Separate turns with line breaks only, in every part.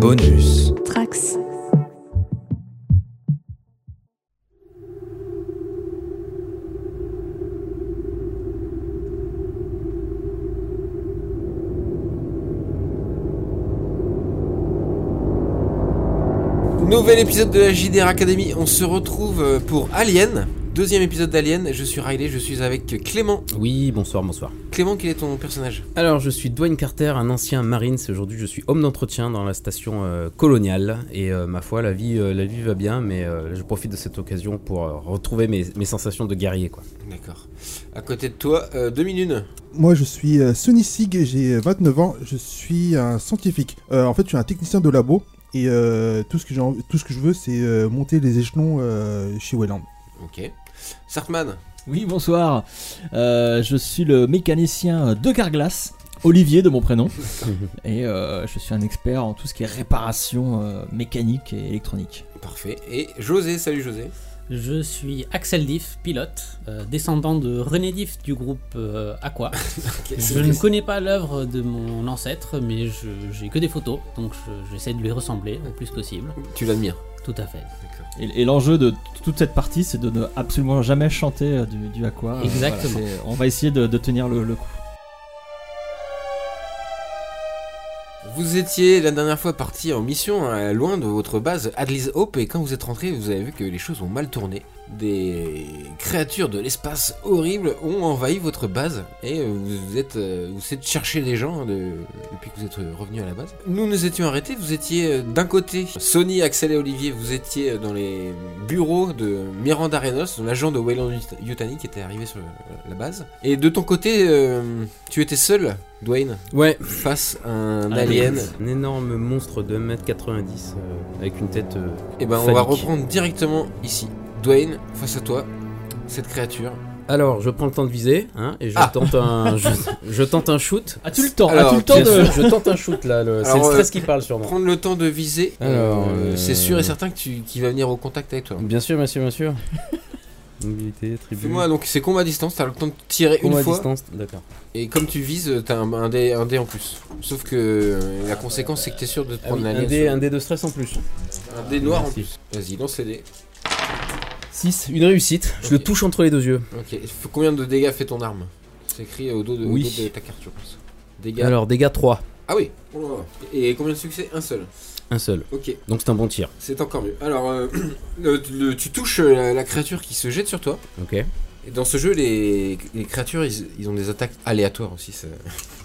Bonus.
Trax.
Nouvel épisode de la JDR Academy. On se retrouve euh, pour Alien. Deuxième épisode d'Alien. Je suis Riley, je suis avec Clément.
Oui, bonsoir, bonsoir.
Clément, quel est ton personnage
Alors, je suis Dwayne Carter, un ancien Marine. C'est Aujourd'hui, je suis homme d'entretien dans la station euh, coloniale. Et euh, ma foi, la vie, euh, la vie va bien, mais euh, je profite de cette occasion pour euh, retrouver mes, mes sensations de guerrier, quoi.
D'accord. À côté de toi, euh, Dominune.
Moi, je suis euh, Sonny Sig, j'ai 29 ans, je suis un scientifique. Euh, en fait, je suis un technicien de labo et euh, tout, ce que j'ai envie- tout ce que je veux, c'est euh, monter les échelons euh, chez Wayland.
Ok. Sartman.
Oui, bonsoir. Euh, je suis le mécanicien de Carglass, Olivier de mon prénom, et euh, je suis un expert en tout ce qui est réparation euh, mécanique et électronique.
Parfait. Et José, salut José.
Je suis Axel Diff, pilote, euh, descendant de René Diff du groupe euh, Aqua. Je ne connais pas l'œuvre de mon ancêtre, mais je- j'ai que des photos, donc je- j'essaie de lui ressembler le plus possible.
Tu l'admires.
Tout à fait.
Et, et l'enjeu de t- toute cette partie, c'est de ne absolument jamais chanter euh, du, du aqua. Euh,
Exactement.
voilà, c'est- on va essayer de, de tenir le, le coup.
Vous étiez la dernière fois parti en mission hein, loin de votre base Adlis Hope et quand vous êtes rentré vous avez vu que les choses ont mal tourné. Des créatures de l'espace horribles ont envahi votre base et euh, vous êtes, euh, vous êtes cherché des gens hein, de- depuis que vous êtes euh, revenu à la base. Nous nous étions arrêtés, vous étiez euh, d'un côté Sony, Axel et Olivier, vous étiez euh, dans les bureaux de Miranda Reynolds, l'agent de Wayland Ut- Yutani qui était arrivé sur euh, la base. Et de ton côté, euh, tu étais seul, Dwayne,
Ouais,
face à un
Alien.
alien.
un énorme monstre de 1m90 euh, avec une tête. euh,
Et ben on va
Phallique.
reprendre directement ici. Dwayne, face à toi, cette créature.
Alors, je prends le temps de viser, hein, et je,
Ah.
tente un, je, je tente un shoot.
As-tu le temps
Alors,
As-tu le temps
Bien
de...
sûr, je tente un shoot là, le- c'est
Alors,
le stress
euh,
qui parle sûrement.
Prendre le temps de viser,
Alors,
euh,
euh,
c'est sûr et certain que tu- qu'il va venir au contact avec toi.
Bien sûr, bien sûr, bien sûr. Mobilité, tribu.
Fais-moi donc c'est combat à distance, t'as le temps de tirer
Combat à
une fois
distance, d'accord.
et comme tu vises t'as un, un dé un dé en plus. Sauf que euh, la conséquence c'est que t'es sûr de te
Ah
prendre
oui,
la
un,
ligne
dé,
sur-
un dé de stress en plus.
un dé noir
Merci.
en plus. Vas-y lance les dés.
6, une réussite. Je le
Ok.
touche entre les deux yeux.
Ok. F- Combien de dégâts fait ton arme C'est écrit au dos de, au
Oui.
dos de ta carte je pense. Dégâts.
Alors, dégâts 3,
Ah oui. Oh là là. Et combien de succès Un seul.
un seul.
Ok.
Donc c'est un bon tir.
C'est encore mieux. Alors, euh, le- le- tu touches euh, la, la créature qui se jette sur toi.
Ok.
Et dans ce jeu, les, les créatures, ils, ils ont des attaques aléatoires aussi. ça-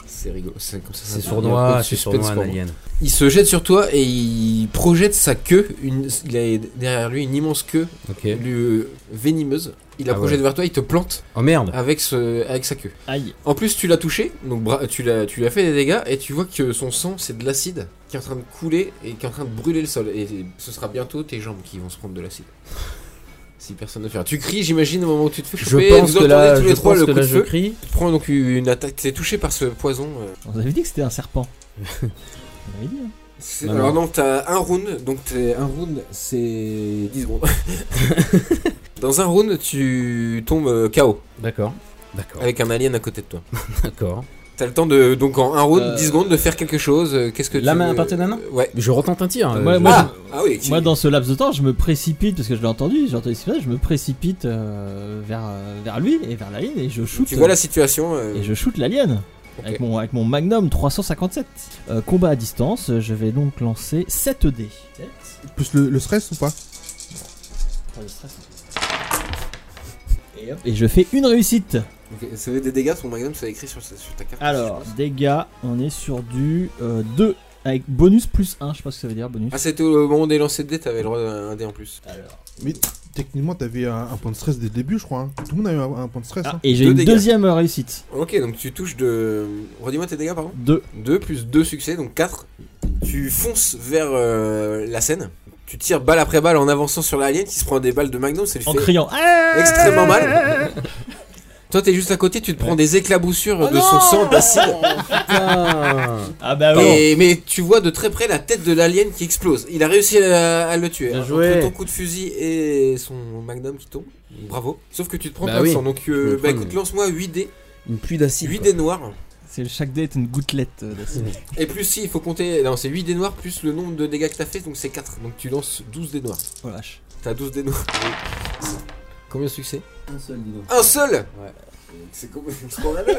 C'est rigolo. C'est comme ça. ça
C'est
devient un peu
sournois,
de
c'est
suspense
sournois, un
pour moi.
alien.
Il se jette sur toi et il projette sa queue. Une, il a derrière lui une immense queue
Ok.
lui, euh, venimeuse. Il la
Ah ouais.
projette vers toi, il te plante
Oh merde
avec, ce, avec sa queue.
Aïe.
En plus, tu l'as touché, donc bra- tu l'as tu lui as fait des dégâts, et tu vois que son sang, c'est de l'acide qui est en train de couler et qui est en train de brûler le sol. Et ce sera bientôt tes jambes qui vont se prendre de l'acide. Si personne ne fait rien. Tu cries, j'imagine, au moment où tu te fais
Je
choper.
pense
vous
que
entendez
là,
tous
je
les trois
pense
le
que
coup
là,
de
je
feu.
crie.
Tu prends donc une attaque. T'es touché par ce poison. euh.
On vous avait dit que c'était un serpent. On avait dit, hein.
C'est-
Non,
Alors non, t'as un round, donc t'es- un round, c'est 10 secondes. Dans un round, tu tombes euh, KO
D'accord. D'accord.
avec un alien à côté de toi.
D'accord.
T'as le temps de, donc en un round,
Euh,
10 secondes, de faire quelque chose. euh, Qu'est-ce que
la
tu
main
veux-
appartient à un nain
Ouais.
Je retente un tir. euh,
Moi-
je-
moi,
ah, ah oui, tu-
Moi, dans ce laps de temps, je me précipite, parce que je l'ai entendu, j'ai entendu ce message, je me précipite euh, vers, euh, vers lui et vers la ligne et je shoot.
tu vois la situation. euh,
Et je shoot l'alien
ok.
avec, mon, avec mon Magnum 357. Euh, combat à distance, euh, je vais donc lancer 7 dés.
Plus le, le stress ou pas
Et, hop, et je fais une réussite.
Ok, Ça fait des dégâts, ton magnum, ça écrit sur, sur ta carte.
Alors, dégâts, on est sur du 2 avec bonus plus 1, je sais pas ce que ça veut dire bonus.
Ah, c'était au moment des lancers de dés, t'avais le droit d'un dé en plus.
Techniquement, t'avais un, un point de stress dès le début, je crois. hein. Tout le monde a eu un, un point de stress.
Ah,
hein.
et j'ai
deux
une
dégâts.
deuxième réussite.
Ok, donc tu touches de. Redis-moi tes dégâts, pardon.
2.
2 plus 2 succès, donc 4. Tu fonces vers euh, la scène. Tu tires balle après balle en avançant sur l'alien qui se prend des balles de magnum, c'est le
En
fait
criant. Ah
extrêmement mal. Toi, t'es juste à côté, tu te prends des éclaboussures de son sang d'acide.
Putain.
Ah bah oui.
Et- mais tu vois de très près la tête de l'alien qui explose. Il a réussi à, à le tuer.
Bien
Entre
joué.
ton coup de fusil et son magnum qui tombe. Bravo. Sauf que tu te prends
Bah
plein de
oui.
sang. Donc
Je
euh,
me
bah
prends,
écoute,
mais-
lance-moi 8 dés.
Une pluie d'acide.
8
quoi.
dés noirs.
C'est chaque dé est une gouttelette. euh, d'acier.
Et plus si, il faut compter. Non, c'est 8 dés noirs plus le nombre de dégâts que t'as fait, donc c'est 4. Donc tu lances 12 dés noirs.
Oh, vache.
T'as 12 dés noirs. Combien de succès
Un seul, dis donc.
Un seul Ouais. C'est com- scandaleux.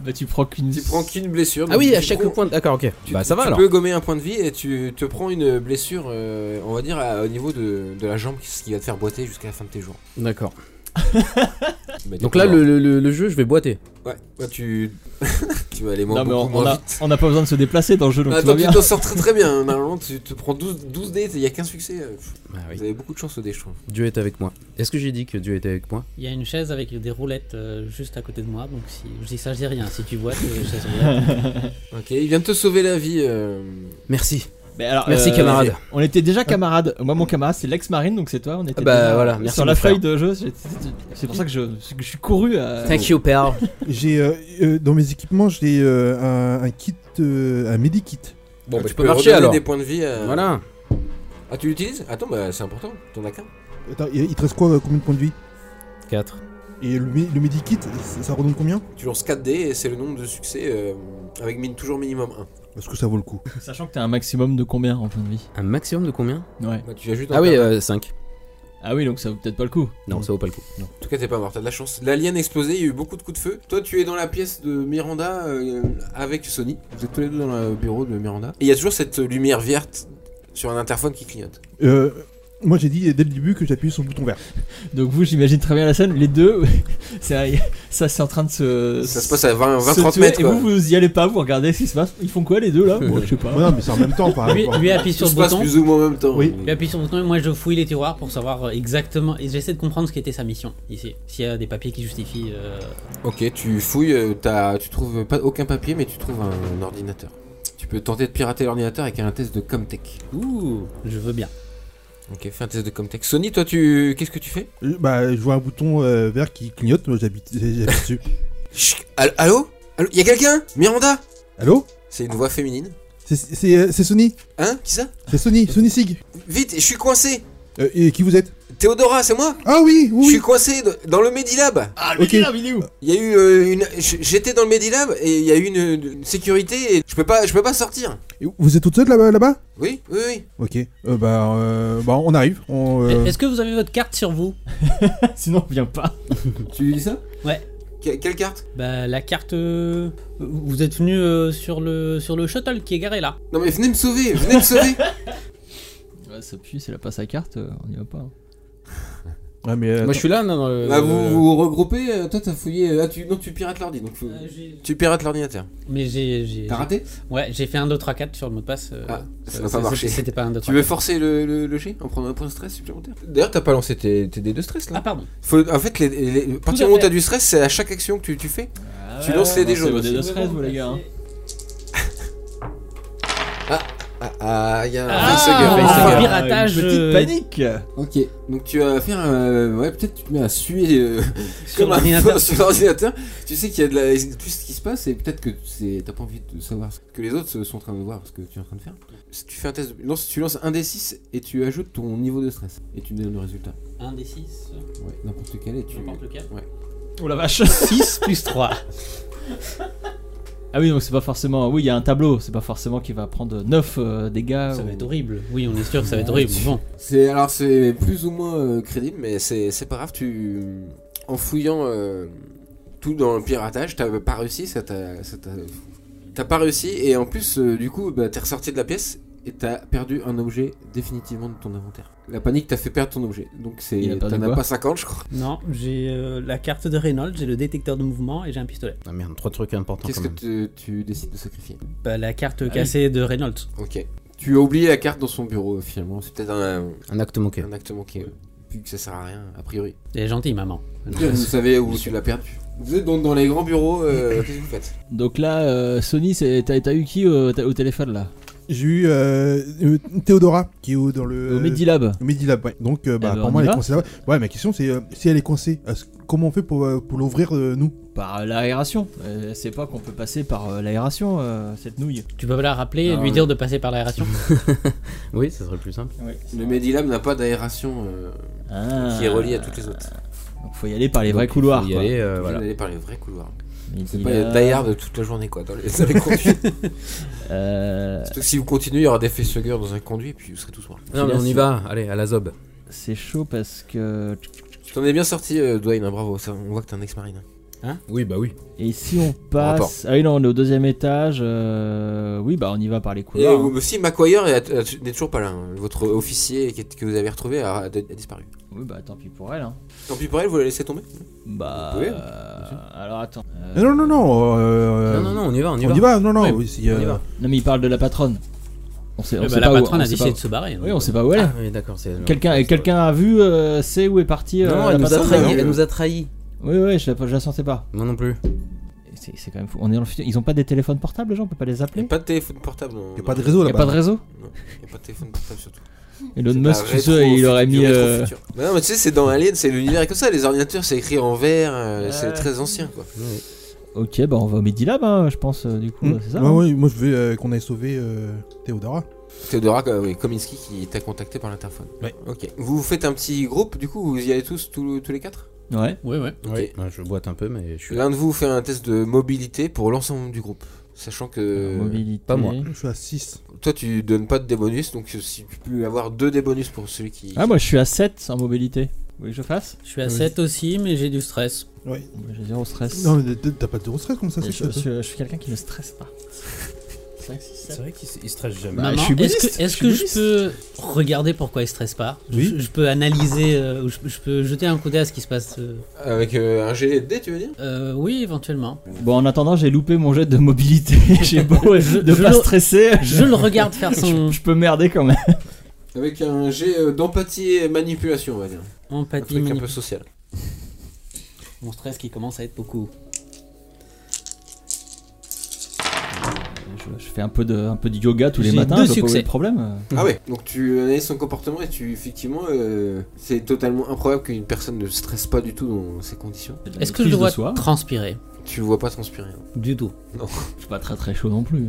Bah tu prends qu'une.
tu prends qu'une blessure.
Ah oui,
donc
à
tu
chaque
prends-
point. D'accord, ok.
Oh. tu-
bah ça va
tu
alors.
peux gommer un point de vie et tu te prends une blessure, euh, on va dire, à- au niveau de, de la jambe, ce qui va te faire boiter jusqu'à la fin de tes jours.
D'accord.
Mais
Donc
t'es
là,
pas mort.
le, le- le jeu, je vais boiter.
Ouais, bah, tu... tu vas aller
Non
moins,
mais
beaucoup
on,
moins
on a,
vite.
on a pas besoin de se déplacer dans le jeu donc tout va
Attends, tu
bien.
t'en sors très très bien. hein. Normalement, tu te prends 12, 12 dés, il y a qu'un succès. euh, pff,
Ah oui.
Vous avez beaucoup de chance au dé, je trouve.
Dieu est avec moi. Est-ce que j'ai dit que Dieu était avec moi
Il y a une chaise avec des roulettes euh, juste à côté de moi, donc si je dis ça, je dis rien. Si tu vois, c'est une chaise roulette.
Ok, il vient de te sauver la vie. euh,
Merci.
Mais alors, euh,
Merci, camarade.
On était déjà camarades. Moi mon camarade c'est l'ex-marine donc c'est toi. On était
Ah bah,
déjà
voilà, merci,
sur la
mon frère.
feuille de jeu. j'ai- C'est pour ça que je, que je suis couru. À...
Thank you, pal.
J'ai euh, euh, dans mes équipements, j'ai euh, un, un kit, euh, un medikit.
Bon, bah,
Ah, tu
tu
peux
peux
marcher,
marcher
alors.
des points de vie. euh,
Voilà.
Ah, tu l'utilises Attends, bah c'est important, t'en as qu'un.
Attends, il il te reste quoi euh, Combien de points de vie
4.
Et le, mé- le medikit, ça ça redonne combien
Tu lances 4 dés et c'est le nombre de succès euh, avec min- toujours minimum 1.
Est-ce que ça vaut le coup
Sachant que t'as un maximum de combien en fin de vie.
Un maximum de combien
Ouais.
Bah, tu ajoutes un
Ah oui,
perdant.
5.
Ah oui donc ça vaut peut-être pas le coup.
Non, ça vaut pas le coup.
En tout cas, t'es pas mort, t'as de la chance. L'alien a explosé, il y a eu beaucoup de coups de feu. Toi, tu es dans la pièce de Miranda euh, avec Sony. Vous êtes tous les deux dans le bureau de Miranda. Et il y a toujours cette lumière verte sur un interphone qui clignote.
euh, Moi, j'ai dit dès le début que j'appuyais sur le bouton vert.
Donc vous j'imagine très bien la scène. Les deux c'est- ça c'est en train de se.
Ça se passe à 20, 20
se
30
tuer,
mètres.
Et
quoi.
vous vous y allez pas. Vous regardez ce qui se passe. Ils font quoi les deux là Moi je sais pas.
Ouais, Ah non, mais c'est en même temps, par
lui,
rapport.
lui appuie
Ah, Tout
sur
se
le
passe
bouton.
plus ou moins en même temps.
Oui.
Lui appuie sur le bouton et moi je fouille les tiroirs pour savoir euh, exactement. Et j'essaie de comprendre ce qu'était sa mission ici. S'il y a des papiers qui justifient. euh,
Ok, tu fouilles, euh, t'as- tu trouves pas aucun papier, mais tu trouves un, un ordinateur. Tu peux tenter de pirater l'ordinateur avec un test de Comtech.
Ouh, je veux bien.
Ok, fais un test de Comtech. Sony, toi, tu, qu'est-ce que tu fais
Euh, Bah, je vois un bouton euh, vert qui clignote, moi, j'habite j'habite dessus.
Chut, Allô Allô Allô Y a quelqu'un Miranda
Allô
C'est une voix féminine.
C'est- C'est euh, c'est Sony
Hein Qui ça
C'est Sony, Sony Sig
Vite, je suis coincé.
Euh, Et qui vous êtes
Théodora, c'est moi
Ah oui, oui
Je suis
oui.
coincé de- dans le Medilab.
Ah
mais Ok. il est là,
il est où
Il y a eu euh, une, j- j'étais dans le Medilab et il y a eu une, une sécurité. Et je peux pas, je peux pas sortir.
Et Vous êtes toute seule là-bas là
Oui, oui, oui.
Ok, euh, bah, euh, bah, on arrive. On, euh,
Est-ce que vous avez votre carte sur vous
Sinon on vient pas.
Tu lui dis ça
Ouais.
Que- quelle carte
Bah la carte. euh, Vous êtes venu euh, sur le sur le shuttle qui est garé là.
Non mais venez me sauver, venez me sauver.
Ouais, ça pue, c'est la passe à carte, euh, on y va pas. hein.
ouais, mais, euh,
Moi, je suis là, non, dans le-
Bah,
dans
vous
le-
vous regroupez, euh, toi t'as fouillé, là tu, non tu pirates l'ordi, donc faut-
Euh,
tu pirates l'ordinateur.
Mais j'ai. j'ai-
T'as raté
Ouais, j'ai fait un 2 3 4 sur le mot de passe. euh,
Ah,
euh,
ça n'a pas
c'était-
marché.
C'était pas un 2
Tu
3
veux forcer le, le, le jet en prenant un point de stress supplémentaire D'ailleurs t'as pas lancé tes, tes dés de stress
Ah
là.
pardon.
Faut- en fait, les, les- à partir du moment où
fait.
t'as du stress, c'est à chaque action que tu, tu fais. Tu lances les dés
Ah, C'est
jaunes
vos
aussi.
dés de stress, vous, les gars. hein.
Ah ah, il y a un
Ah,
facehugger, facehugger.
un piratage,
une petite
euh,
panique
Ok, donc tu vas faire. euh, ouais, peut-être tu te mets à suer euh,
Sur
comme un
l'ordinateur.
fou sur l'ordinateur. Tu sais qu'il y a de la, tout ce qui se passe et peut-être que c'est- t'as pas envie de savoir ce que les autres sont en train de voir, ce que tu es en train de faire. Si tu fais un test. de- lance- tu lances un D6 et tu ajoutes ton niveau de stress et tu me donnes le résultat.
1 des 6,
Ouais, n'importe quel et tu.
n'importe lequel.
Oh la vache
6 plus 3.
Ah oui, donc c'est pas forcément. Oui, il y a un tableau, c'est pas forcément qu'il va prendre 9 dégâts.
Ça
ou-
va être horrible. Oui, on est sûr que ça va être horrible. Bon.
C'est alors c'est plus ou moins euh, crédible, mais c'est c'est pas grave. Tu en fouillant euh, tout dans le piratage, t'as pas réussi, ça t'a ça t'a- t'as pas réussi et en plus euh, du coup bah, t'es ressorti de la pièce et t'as perdu un objet définitivement de ton inventaire. La panique t'a fait perdre ton objet, donc
Il a
c'est
perdu
t'en as
quoi
pas 50 je crois.
Non, j'ai euh, la carte de Reynolds, j'ai le détecteur de mouvement et j'ai un pistolet.
Ah merde, trois trucs importants
Qu'est-ce
quand
que
même.
tu, tu décides de sacrifier
Bah, la carte
oui.
cassée de Reynolds.
Ok. Tu as oublié la carte dans son bureau finalement. C'est peut-être un,
Un acte manqué.
un acte manqué. Vu que ça sert à rien, a priori.
Elle est gentille, maman.
Vous savez où tu l'as perdu. Vous êtes donc dans les grands bureaux, euh, qu'est-ce que vous faites
Donc là, euh, Sony, c'est- t'as t'as eu qui euh, t'as- au téléphone là
J'ai eu euh, euh, Théodora qui est au- dans le.
Au Medilab
au Medilab, ouais. Donc,
Eh
euh, bah,
ben,
apparemment,
on y
elle est
va
coincée là-bas. Ouais, ma question, c'est euh, si elle est coincée, est-ce- comment on fait pour, euh, pour l'ouvrir, euh, nous
Par l'aération. Euh, c'est pas qu'on peut passer par euh, l'aération, euh, cette nouille.
Tu peux la rappeler et
Ah,
lui
ouais.
dire de passer par l'aération
Ah.
Oui, ça serait plus simple.
Le Medilab n'a pas d'aération euh,
Ah.
qui est reliée à toutes les autres.
Donc faut y aller par les vrais
Donc,
couloirs.
faut y
quoi.
aller, euh,
Vous
voilà.
allez par les vrais couloirs.
Il
C'est
dit euh,
pas
là,
Die Hard toute la journée, quoi, dans les, dans les conduits.
euh,
Surtout que si vous continuez, il y aura des facehugger dans un conduit, puis vous serez tous morts.
Non, mais on y va, allez, à la zob.
Euh,
c'est chaud parce que.
Tu t'en es bien sorti, euh, Dwayne, hein, bravo, ça, on voit que t'es un ex-marine.
Oui, bah oui.
Et si on passe. Ah oui, non, on est au deuxième étage. euh, Oui, bah on y va par les
Et
couloirs.
vous
hein.
aussi, McQuire est- est- n'est toujours pas là. hein. Votre officier qui est- que vous avez retrouvé a, a- a disparu.
Oui, bah tant pis pour elle. Hein.
Tant pis pour elle, vous la laissez tomber
Bah.
Vous pouvez,
euh, Alors attends. euh,
Mais non, non, non. euh,
Non, non, non, on y va, on y
On
va.
y va, non, non.
Ouais,
oui, si,
on y
euh,
va.
Non, mais il parle de la patronne. On sait, on
Eh
sait
ben, la
pas où- on
patronne a
sait
décidé
pas
de se barrer. hein.
où- Oui, on sait pas où elle est.
Ah, oui, d'accord, c'est.
Quelqu'un et quelqu'un a vu, euh, sait où est parti euh,
Non,
la
elle nous, a
patronne
trahi,
non
elle nous a trahis.
Oui, oui, je la, je la sentais pas.
Moi non plus.
Et C'est c'est quand même fou. On est dans le futur. Ils ont pas des téléphones portables, les gens, on peut pas les
Il n'y
appeler.
a pas de téléphone portable. non,
y a
non.
pas de réseau
Y a pas
là-bas.
de réseau.
Non, y a pas de téléphone portable surtout.
Elon
C'est
Musk,
un
tu
rétro-
sais, il aurait
du
mis. euh,
rétro-futur. Bah non, mais tu sais, c'est dans Alien, c'est l'univers comme ça. Les ordinateurs, c'est écrit en vert, euh, c'est très ancien quoi.
Ok, bah on va au Midi Lab, hein, je pense, euh, du coup,
Hmm.
c'est ça
Ouais,
hein
ouais, moi je veux euh, qu'on aille sauver euh, Théodora.
Théodora euh, oui, Kominski qui t'a contacté par l'interphone.
Ouais.
Ok. Vous faites un petit groupe, du coup, vous y allez tous, tous, tous les quatre
hein? Ouais.
Oui, oui.
Ok.
Oui. je boite un peu, mais je suis.
L'un de vous fait un test de mobilité pour l'ensemble du groupe. Sachant que
Mobilité.
pas moi.
Je suis à 6.
toi tu donnes pas de débonus, donc si tu peux avoir deux débonus pour celui qui.
Ah, moi je suis à 7 en mobilité. Vous voulez que je fasse
Je suis à
Oui.
7 aussi, mais j'ai du stress.
Ouais.
J'ai zéro stress.
Non, mais t'as- t'as pas de gros stress comme ça,
Et
c'est
je,
chouette.
je suis- je suis quelqu'un qui ne stresse pas. 5, 6,
C'est vrai qu'il se- il se stresse jamais.
Bah,
Maman,
je suis
est-ce
bouddhiste,
que, est-ce
je suis
que je
bouddhiste.
peux regarder pourquoi il stresse pas Je-
Oui.
je, peux analyser, euh, ou je, je peux jeter un coup d'œil à ce qui se passe. euh.
Avec euh, un GD tu veux dire
Euh, oui, éventuellement.
Bon, en attendant, j'ai loupé mon jet de mobilité. j'ai beau
Ouais, je-
de
je
pas
le-
stresser.
Je le regarde faire son
Je, je peux merder quand même.
Avec un G euh, d'empathie et manipulation on va dire. Un
empathie.
truc un
manip-
peu social.
Mon stress qui commence à être beaucoup.
Je, je fais un peu de, un peu de yoga tous les
J'ai
matins. je vois
deux
pas où est
succès.
le problème.
Ah ouais, donc tu analyses son comportement et tu effectivement euh, c'est totalement improbable qu'une personne ne stresse pas du tout dans ces conditions.
Est-ce que je
Crise
le vois
de soi.
transpirer
Tu le vois pas transpirer. hein.
Du tout.
Je suis pas très très chaud non plus.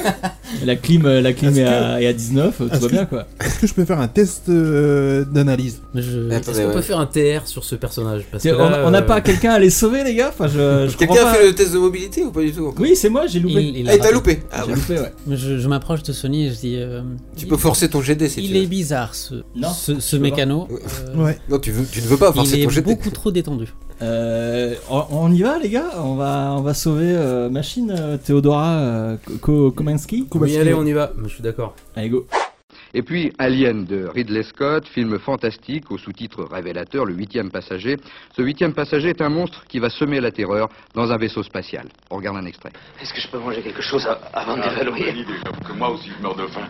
la clim, euh, la clim est, à, est à 19, tout
Est-ce
va
que-
bien quoi.
Est-ce que je peux faire un test euh, d'analyse
Je-
Attends.
Est-ce qu'on peut faire un TR sur ce personnage Parce
Tiens,
que là,
on- on n'a
euh,
pas quelqu'un à les sauver les gars. Enfin, je, je comprends
Quelqu'un a
pas.
fait le test de mobilité ou pas du tout encore
Oui, c'est moi, j'ai
Il,
loupé.
il a
Ah il t'a
raté.
loupé Ah
J'ai
ouais.
loupé, ouais.
Je, je m'approche de Sony et je dis. euh,
Tu
il-
peux forcer ton GD si
Il
tu veux.
est bizarre ce,
Non,
ce, ce
peux
mécano.
pas.
Euh,
Ouais.
Non tu, veux, tu ne veux pas forcer
Il
ton
est
GD.
beaucoup trop détendu.
Euh, on, on y va les gars. On va, on va sauver euh, machine euh, Théodora euh, Ko- Komansky.
Oui, allez, on y va. Mais Je suis d'accord.
Allez go.
Et puis Alien de Ridley Scott, film fantastique au sous-titre révélateur, le huitième passager. Ce huitième passager est un monstre qui va semer la terreur dans un vaisseau spatial. On regarde un extrait.
Est-ce que je peux manger quelque chose a- avant de m'évanouir
que moi aussi je meurs de faim.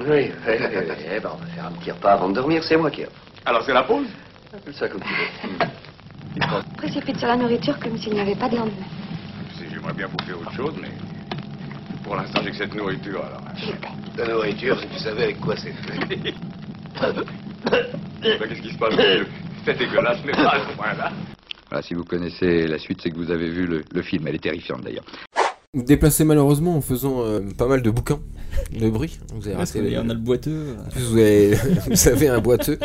Oui, oui, oui, oui. Eh ben, on va faire un petit repas avant de dormir, c'est moi qui.
Alors c'est la pause
Appelle ça comme tu veux.
précipite sur la nourriture comme s'il n'y avait pas de lendemain.
Je sais, j'aimerais bien bouffer autre chose, mais pour l'instant j'ai que cette nourriture alors.
La nourriture, si tu savais avec quoi c'est fait.
Bah, Qu'est-ce qui se passe monsieur C'est dégueulasse, mais pas à ce point-là.
Voilà, si vous connaissez la suite, c'est que vous avez vu le, le film. Elle est terrifiante d'ailleurs.
Déplacé malheureusement en faisant euh, pas mal de bouquins de bruit. Vous avez
Parce
raté
qu'on
le-
est- on a le boiteux. euh,
En plus, vous, avez... vous avez un boiteux.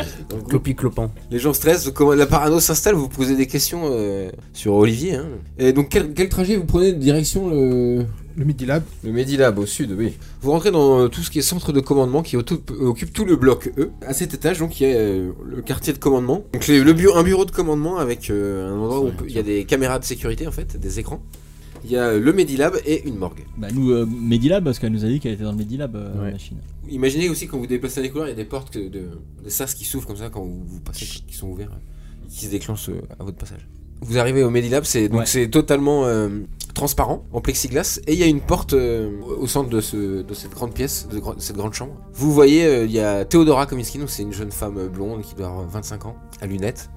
Clopi clopant.
Les gens stressent, comment la parano s'installe, vous posez des questions euh, sur Olivier. hein. Et donc quel, quel trajet vous prenez de direction le...
Le Midi Lab.
Le Medilab au sud, oui. Vous rentrez dans euh, tout ce qui est centre de commandement qui auto- occupe tout le bloc E. À cet étage, donc, il y a euh, le quartier de commandement. Donc, les- le bureau, un bureau de commandement avec euh, un endroit où on peut- il y a des caméras de sécurité, en fait, des écrans. Il y a euh, le Medilab et une morgue.
Bah nous euh, Medilab parce qu'elle nous a dit qu'elle était dans le Medilab euh,
Ouais.
machine.
Imaginez aussi quand vous déplacez les couleurs, il y a des portes, que- de, des sas qui s'ouvrent comme ça quand vous, vous passez, qui sont ouverts, euh, qui se déclenchent euh, à votre passage. Vous arrivez au Medilab, c'est donc
Ouais.
c'est totalement euh, transparent, en plexiglas, et il y a une porte euh, au centre de, ce, de cette grande pièce, de gra- cette grande chambre. Vous voyez, euh, il y a Théodora Kominski, donc c'est une jeune femme euh, blonde qui doit avoir 25 ans, à lunettes,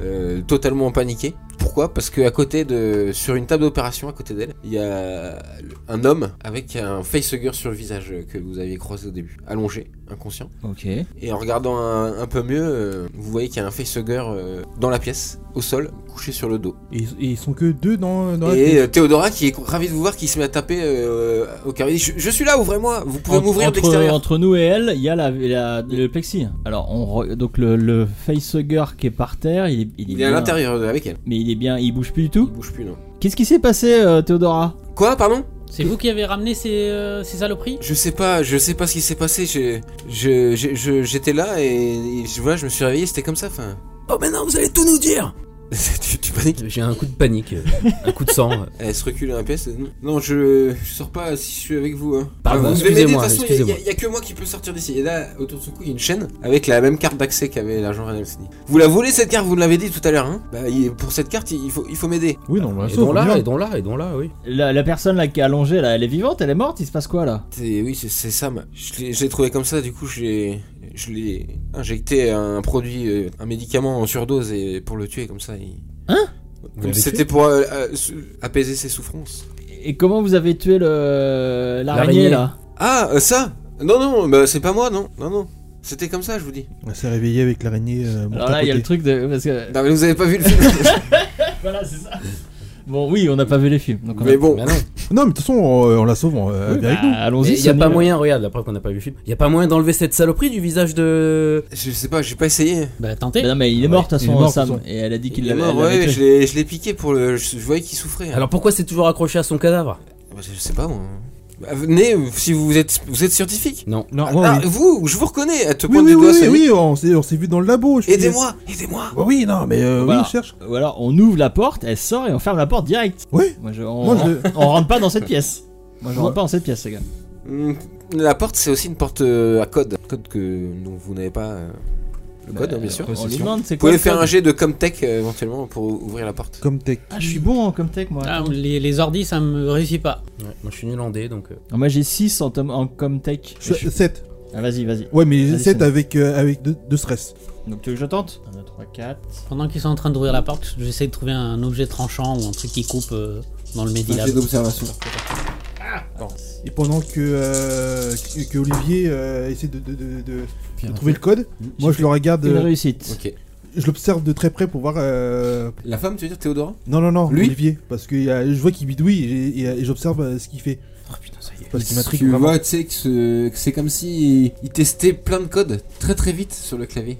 euh, totalement paniquée. Pourquoi Parce que à côté de, sur une table d'opération à côté d'elle, il y a un homme avec un facehugger sur le visage euh, que vous aviez croisé au début, allongé, inconscient.
Ok.
Et en regardant un, un peu mieux, euh, vous voyez qu'il y a un facehugger euh, dans la pièce, au sol, couché sur le dos.
Et, ils- et ils sont que deux dans, dans la
et
pièce.
euh, Théodora qui est ravie de vous voir, qui se met à taper euh, au carré. Je, je suis là, ouvrez-moi. Vous pouvez
Entre-
m'ouvrir de
entre,
l'extérieur.
entre nous et elle, il y a la, la- le plexi. Alors on re- donc le, le facehugger qui est par terre, il est,
Il est à
bien-
l'intérieur euh, avec elle.
Mais il est bien, il bouge plus du
Il
tout.
bouge plus, non.
Qu'est-ce qui s'est passé, euh, Théodora
Quoi, pardon
C'est vous qui avez ramené ces, euh, ces saloperies
Je sais pas, je sais pas ce qui s'est passé. je- je- je- je- J'étais là et, et je, voilà, je me suis réveillé, c'était comme ça. Enfin. Oh, mais non, vous allez tout nous dire tu, tu paniques
J'ai un coup de panique, euh, un coup de sang. euh.
Elle se recule un PS. Non, non, je, je sors pas si je suis avec vous. Hein.
Pardon,
vous devez m'aider, de
excusez-moi,
toute façon, il y a- il y, a-
excusez-moi.
il y a que moi qui peux sortir d'ici. Et là, autour de son cou, il y a une chaîne avec la même carte d'accès qu'avait l'agent Ranalsini. Vous la voulez cette carte Vous l'avez dit tout à l'heure. Hein bah, il- pour cette carte, il il faut, il faut m'aider.
Oui, non, bah,
Et
ça,
donc là,
bien.
et donc là, et donc là, oui.
la, la personne là qui est allongée, là, elle est vivante, elle est morte, il se passe quoi là
C'est- oui, c'est- c'est Sam. Je l'ai- je l'ai trouvé comme ça, du coup, je l'ai je l'ai injecté un produit, euh, un médicament en surdose et pour le tuer, comme ça. il-
Hein
Comme
l'avez
si C'était pour euh, euh, su- apaiser ses souffrances.
Et comment vous avez tué le l'araignée
L'araignée.
là
Ah, euh, ça Non, non, bah, c'est pas moi, non, non, non. C'était comme ça, je vous dis.
On s'est réveillé avec l'araignée. euh, morte
Alors
à
là, il y a
côté.
le truc de parce que
Non, mais vous avez pas vu le film
voilà, c'est ça. Bon, oui, on n'a pas vu les films. Donc on a-
Mais bon, euh,
Bah non.
Non, mais de toute façon, on, on la sauve, on- euh, elle vient avec
Bah,
nous.
allons-y.
Il y a
Sony,
pas
là.
moyen, regarde, après qu'on n'a pas vu le film, il y a pas moyen d'enlever cette saloperie du visage de.
je sais pas, j'ai pas essayé.
Bah
Mais
tentez.
Non mais il est
Ouais,
mort de toute
il est
façon,
mort, de
Sam
toute
et elle a dit qu'il
Il est
l'avait
mort,
elle l'avait
ouais,
tué.
je l'ai- je l'ai piqué pour le. Je, je voyais qu'il souffrait. hein.
Alors pourquoi c'est toujours accroché à son cadavre
Bah, je sais pas, moi. Bah, venez, si vous êtes, vous êtes scientifique.
Non.
Non,
Ah,
ouais,
ah,
oui.
vous, je vous reconnais, à te
Oui,
pointe
oui,
du doigt,
oui, oui,
Samy.
oui, on s'est on s'est vu dans le labo. je suis-
Aidez-moi, aidez-moi.
Bah oui, non, mais euh,
Voilà.
oui, on cherche.
Ou alors on ouvre la porte, elle sort et on ferme la porte direct.
Oui.
Moi, je, on,
Moi, je-
on rentre pas dans cette pièce. Moi je rentre pas dans cette pièce les gars.
Hmm, La porte, c'est aussi une porte euh, à code. Code que dont vous n'avez pas euh, le code, hein, bien sûr.
Bah, On lui
Vous
demande c'est quoi.
pouvez
le
faire
code
un jet de Comtech euh, éventuellement pour ouvrir la porte.
Comme tech.
Ah je suis bon en Comtech moi.
Ah, les, les ordis, ça me réussit pas.
Ouais, moi je suis nul en dé donc. euh,
Ah, moi j'ai 6 en, tom- en Comtech. Et je suis-
7.
Ah vas-y vas-y.
Ouais, mais
Vas-y,
7
Samy.
avec, euh, avec 2 stress.
Donc tu veux que je tente 1, 2, 3, 4.
Pendant qu'ils sont en train d'ouvrir la porte, j'essaie de trouver un objet tranchant ou un truc qui coupe euh, dans le
Un
médilab.
jet d'observation.
Et pendant que, euh, que, que Olivier euh, essaie de, de, de- de- de trouver le code, moi je le regarde,
Une
euh,
réussite.
Ok.
je l'observe de très près pour voir. euh,
La femme, tu veux dire Théodora
Non, non, non,
Lui
Olivier, parce que y a- je vois qu'il bidouille et, et- et j'observe euh, ce qu'il fait.
Oh putain, ça y est.
Parce qu'il m'intrigue
tu
vraiment.
vois, tu sais que ce- que c'est comme si il testait plein de codes très très vite sur le clavier.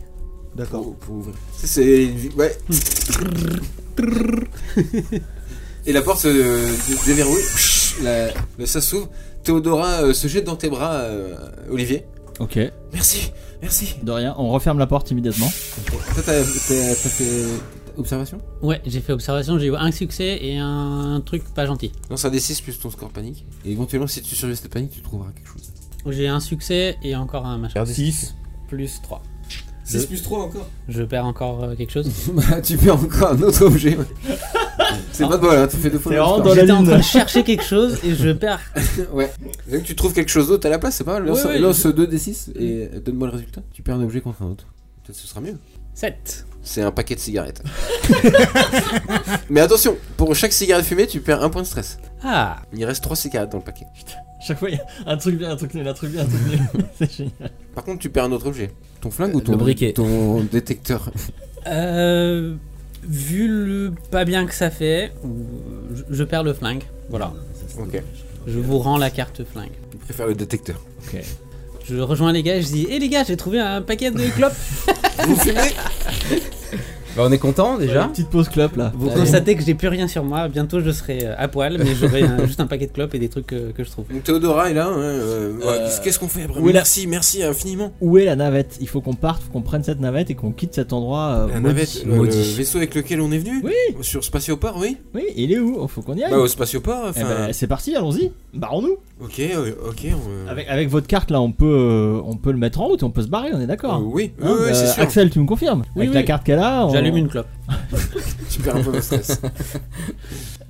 D'accord.
Pour, pour ouvrir. C'est. Ouais. Et la porte euh, se dé- déverrouille. La, le- ça s'ouvre. Théodora euh, se jette dans tes bras, euh, Olivier.
Ok.
Merci, merci.
De rien. On referme la porte immédiatement.
Toi, t'as t'as- t'as fait observation
Ouais, j'ai fait observation, j'ai eu un succès et un truc pas gentil.
Lance un D6 plus ton score panique. Et éventuellement, si tu survives cette panique, tu trouveras quelque chose.
J'ai un succès et encore un machin.
6.
Plus 3.
6 plus 3 encore
Je perds encore euh, quelque chose.
Bah, tu perds encore un autre objet. ouais. C'est pas de bol, hein, tu fais deux fois
T'es
le même
vraiment
score.
la
J'étais en
lune.
train de chercher quelque chose et je perds.
Ouais. Donc tu trouves quelque chose d'autre à la place, c'est pas mal. Lance,
Ouais, ouais,
lance 2d6 et donne-moi le résultat. Mm. Tu perds un objet contre un autre. Peut-être ce sera mieux.
7.
C'est un paquet de cigarettes. Mais attention, pour chaque cigarette fumée, tu perds un point de stress.
Ah,
Il reste 3 cigarettes dans le paquet.
Chaque fois il y a un truc bien, un truc nul, un truc bien, un truc nul. C'est génial.
Par contre, tu perds un autre objet. Euh, Ton flingue ou
le
ton,
briquet.
ton détecteur
euh, vu le pas bien que ça fait, euh, je, je perds le flingue. Voilà.
Ok.
Je vous rends la carte flingue.
Tu préfères le détecteur.
Ok.
Je rejoins les gars et je dis Hé les gars, j'ai trouvé un paquet de clopes.
Vous fumez
Bah, on est content déjà.
Une petite pause clope là.
Vous constatez que j'ai plus rien sur moi. Bientôt je serai euh, à poil, mais j'aurai un- juste un paquet de clopes et des trucs euh, que je trouve.
Donc Théodora est là. hein, euh, ouais,
Euh,
qu'est-ce- Qu'est-ce qu'on fait après
où est la-
Merci, merci infiniment.
Où est la navette Il faut qu'on parte, faut qu'on prenne cette navette et qu'on quitte cet endroit. euh,
La
maudit.
navette, le-
maudit.
le vaisseau avec lequel on est venu
Oui.
Sur Spatioport, oui
Oui, il est où Oh, Faut qu'on y aille.
Bah, au Spatioport,
Eh
enfin.
ben, c'est parti, allons-y. Barrons-nous.
Ok, euh, ok. on, euh,
Avec, avec votre carte là, on peut, euh, on peut le mettre en route, et on peut se barrer, on est
euh,
d'accord.
oui, oui,
Hein,
oui,
bah,
c'est sûr.
Axel, tu me confirmes
Oui,
Avec
oui.
la carte qu'elle a, on...
J'allume une clope.
Tu perds un peu de stress.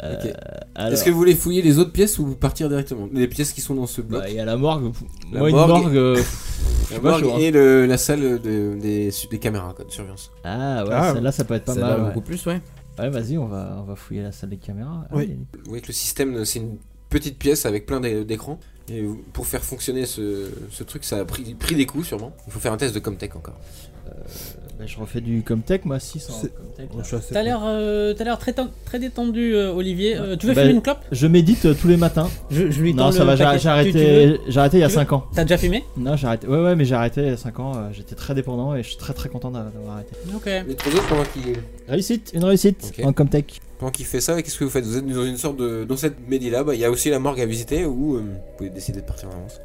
Euh,
Ok.
alors,
Est-ce que vous voulez fouiller les autres pièces ou partir directement Les pièces qui sont dans ce bloc
bah, il y a la morgue.
La
Moi,
morgue.
une morgue. euh,
La
sais pas,
morgue
je vois.
et le- la salle de- des, des caméras quoi, de surveillance.
Ah ouais,
Ah,
celle-là, ça peut être pas
Ça
mal.
va
Ouais,
beaucoup plus, ouais.
Ouais, vas-y, on va, on va fouiller la salle des caméras. Ah
Oui.
Vous voyez que le système, c'est une petite pièce avec plein d'é- d'écrans. Et vous- pour faire fonctionner ce, ce truc, ça a pris, pris des coups sûrement. Il faut faire un test de Comtech encore.
Bah, je refais du Comtech, moi, 600.
C'est-
Comtech,
Bon,
là.
je suis assez-
T'as l'air, euh, t'as l'air très, ten- très détendu, euh, Olivier. Euh, tu veux
Bah,
fumer une clope
Je médite euh, tous les matins.
je, je lui tends
Non, ça
le
va, j'ai j'ai
paquet. Tu- tu veux
arrêté, j'ai arrêté il y a
tu veux
5 ans.
T'as déjà fumé
Non, j'ai arrêté. Ouais, ouais, mais j'ai arrêté il y a 5 ans. euh, J'étais très dépendant et je suis très très content d'a- d'avoir arrêté.
Ok.
Les trois autres, pendant qu'il
Réussite, une réussite
Ok.
en Comtech.
pendant qu'il fait ça, qu'est-ce que vous faites Vous êtes dans une sorte de. Dans cette médie-là, bah, il y a aussi la morgue à visiter ou euh, vous pouvez décider de partir en avance.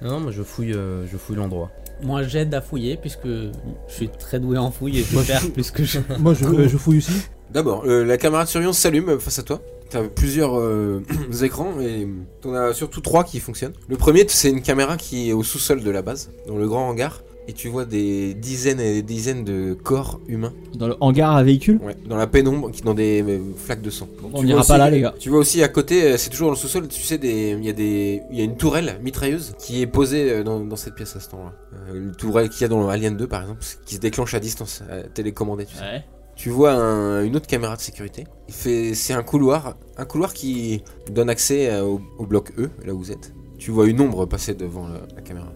Non, non, moi je fouille, euh, je fouille l'endroit.
Moi j'aide à fouiller puisque je suis très doué en fouille et je peux faire plus que je.
Moi, je, euh, je fouille aussi.
D'abord, euh, la caméra de surveillance s'allume euh, face à toi. T'as plusieurs euh, écrans et t'en as surtout trois qui fonctionnent. Le premier, c'est une caméra qui est au sous-sol de la base, dans le grand hangar. Et tu vois des dizaines et des dizaines de corps humains
Dans le hangar à véhicule
ouais, dans la pénombre, qui dans des euh, flaques de sang.
On
Tu
n'ira
vois
pas
aussi-
là, les gars.
Tu vois aussi à côté, euh, c'est toujours dans le sous-sol, tu sais, des- il y, a des- il y a une tourelle mitrailleuse qui est posée euh, dans, dans cette pièce à ce temps-là. Euh, une tourelle qu'il y a dans Alien 2 par exemple, qui se déclenche à distance, euh, télécommandée, tu sais.
Ouais.
Tu vois un- une autre caméra de sécurité. Il fait- C'est un couloir, un couloir qui donne accès euh, au, au bloc E, là où vous êtes. Tu vois une ombre passer devant la, la caméra.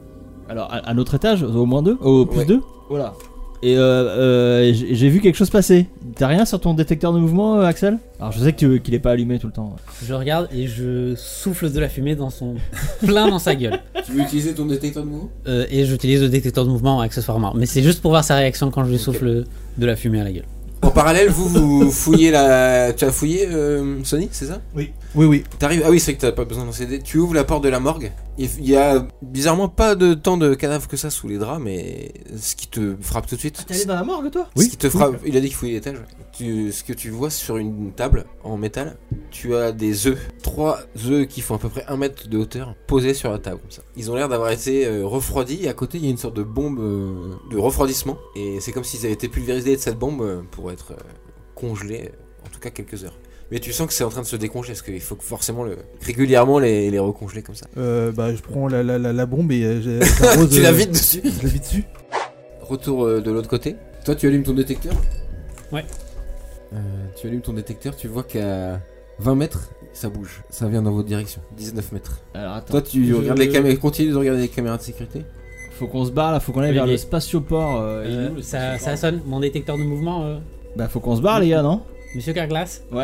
Alors, à, à notre étage, au moins deux Au plus
Ouais.
deux Voilà. Et euh, euh, j'ai j'ai vu quelque chose passer. T'as rien sur ton détecteur de mouvement, euh, Axel Alors, je sais que tu- qu'il est pas allumé tout le temps.
Je regarde et je souffle de la fumée dans son plein dans sa gueule.
Tu veux utiliser ton détecteur de mouvement
Euh, et j'utilise le détecteur de mouvement accessoirement. Mais c'est juste pour voir sa réaction quand je lui souffle de la fumée à la gueule.
En parallèle, vous, vous fouillez la. Tu as fouillé, euh, Sony, c'est ça
Oui, oui.
T'arrives. Ah oui, c'est que t'as pas besoin d'en céder. Tu ouvres la porte de la morgue. Il il y a bizarrement pas de tant de cadavres que ça sous les draps, mais ce qui te frappe tout de suite.
T'es allé dans la morgue, toi
ce qui te frappe, il a dit qu'il fouillait l'étage. Tu, ce que tu vois sur une table en métal, tu as des œufs, trois œufs qui font à peu près un mètre de hauteur, posés sur la table comme ça. Ils ont l'air d'avoir été euh, refroidis et à côté il y a une sorte de bombe euh, de refroidissement et c'est comme s'ils avaient été pulvérisés de cette bombe euh, pour être euh, congelés, euh, en tout cas quelques heures. Mais tu sens que c'est en train de se décongeler parce qu'il faut que forcément le, régulièrement les, les recongeler comme ça.
Euh, bah, je prends la, la, la, la bombe et euh, j'ai- j'arrose,
tu la
euh,
vides dessus.
Je la vide dessus.
Retour euh, de l'autre côté. Toi, tu allumes ton détecteur
Ouais.
Euh, tu allumes ton détecteur, tu vois qu'à 20 mètres, ça bouge. Ça vient dans votre direction. 19 mètres.
Alors, attends.
Toi, tu
Je-
regardes les caméras, continue de regarder les caméras de sécurité.
Faut qu'on se barre là, faut qu'on aille vers
Olivier.
le spatioport. euh, il est
Euh,
où, le
ça, ça
spatioport
sonne, mon détecteur de mouvement. euh,
Bah, faut qu'on se barre, les gars, non
Monsieur Carglass,
10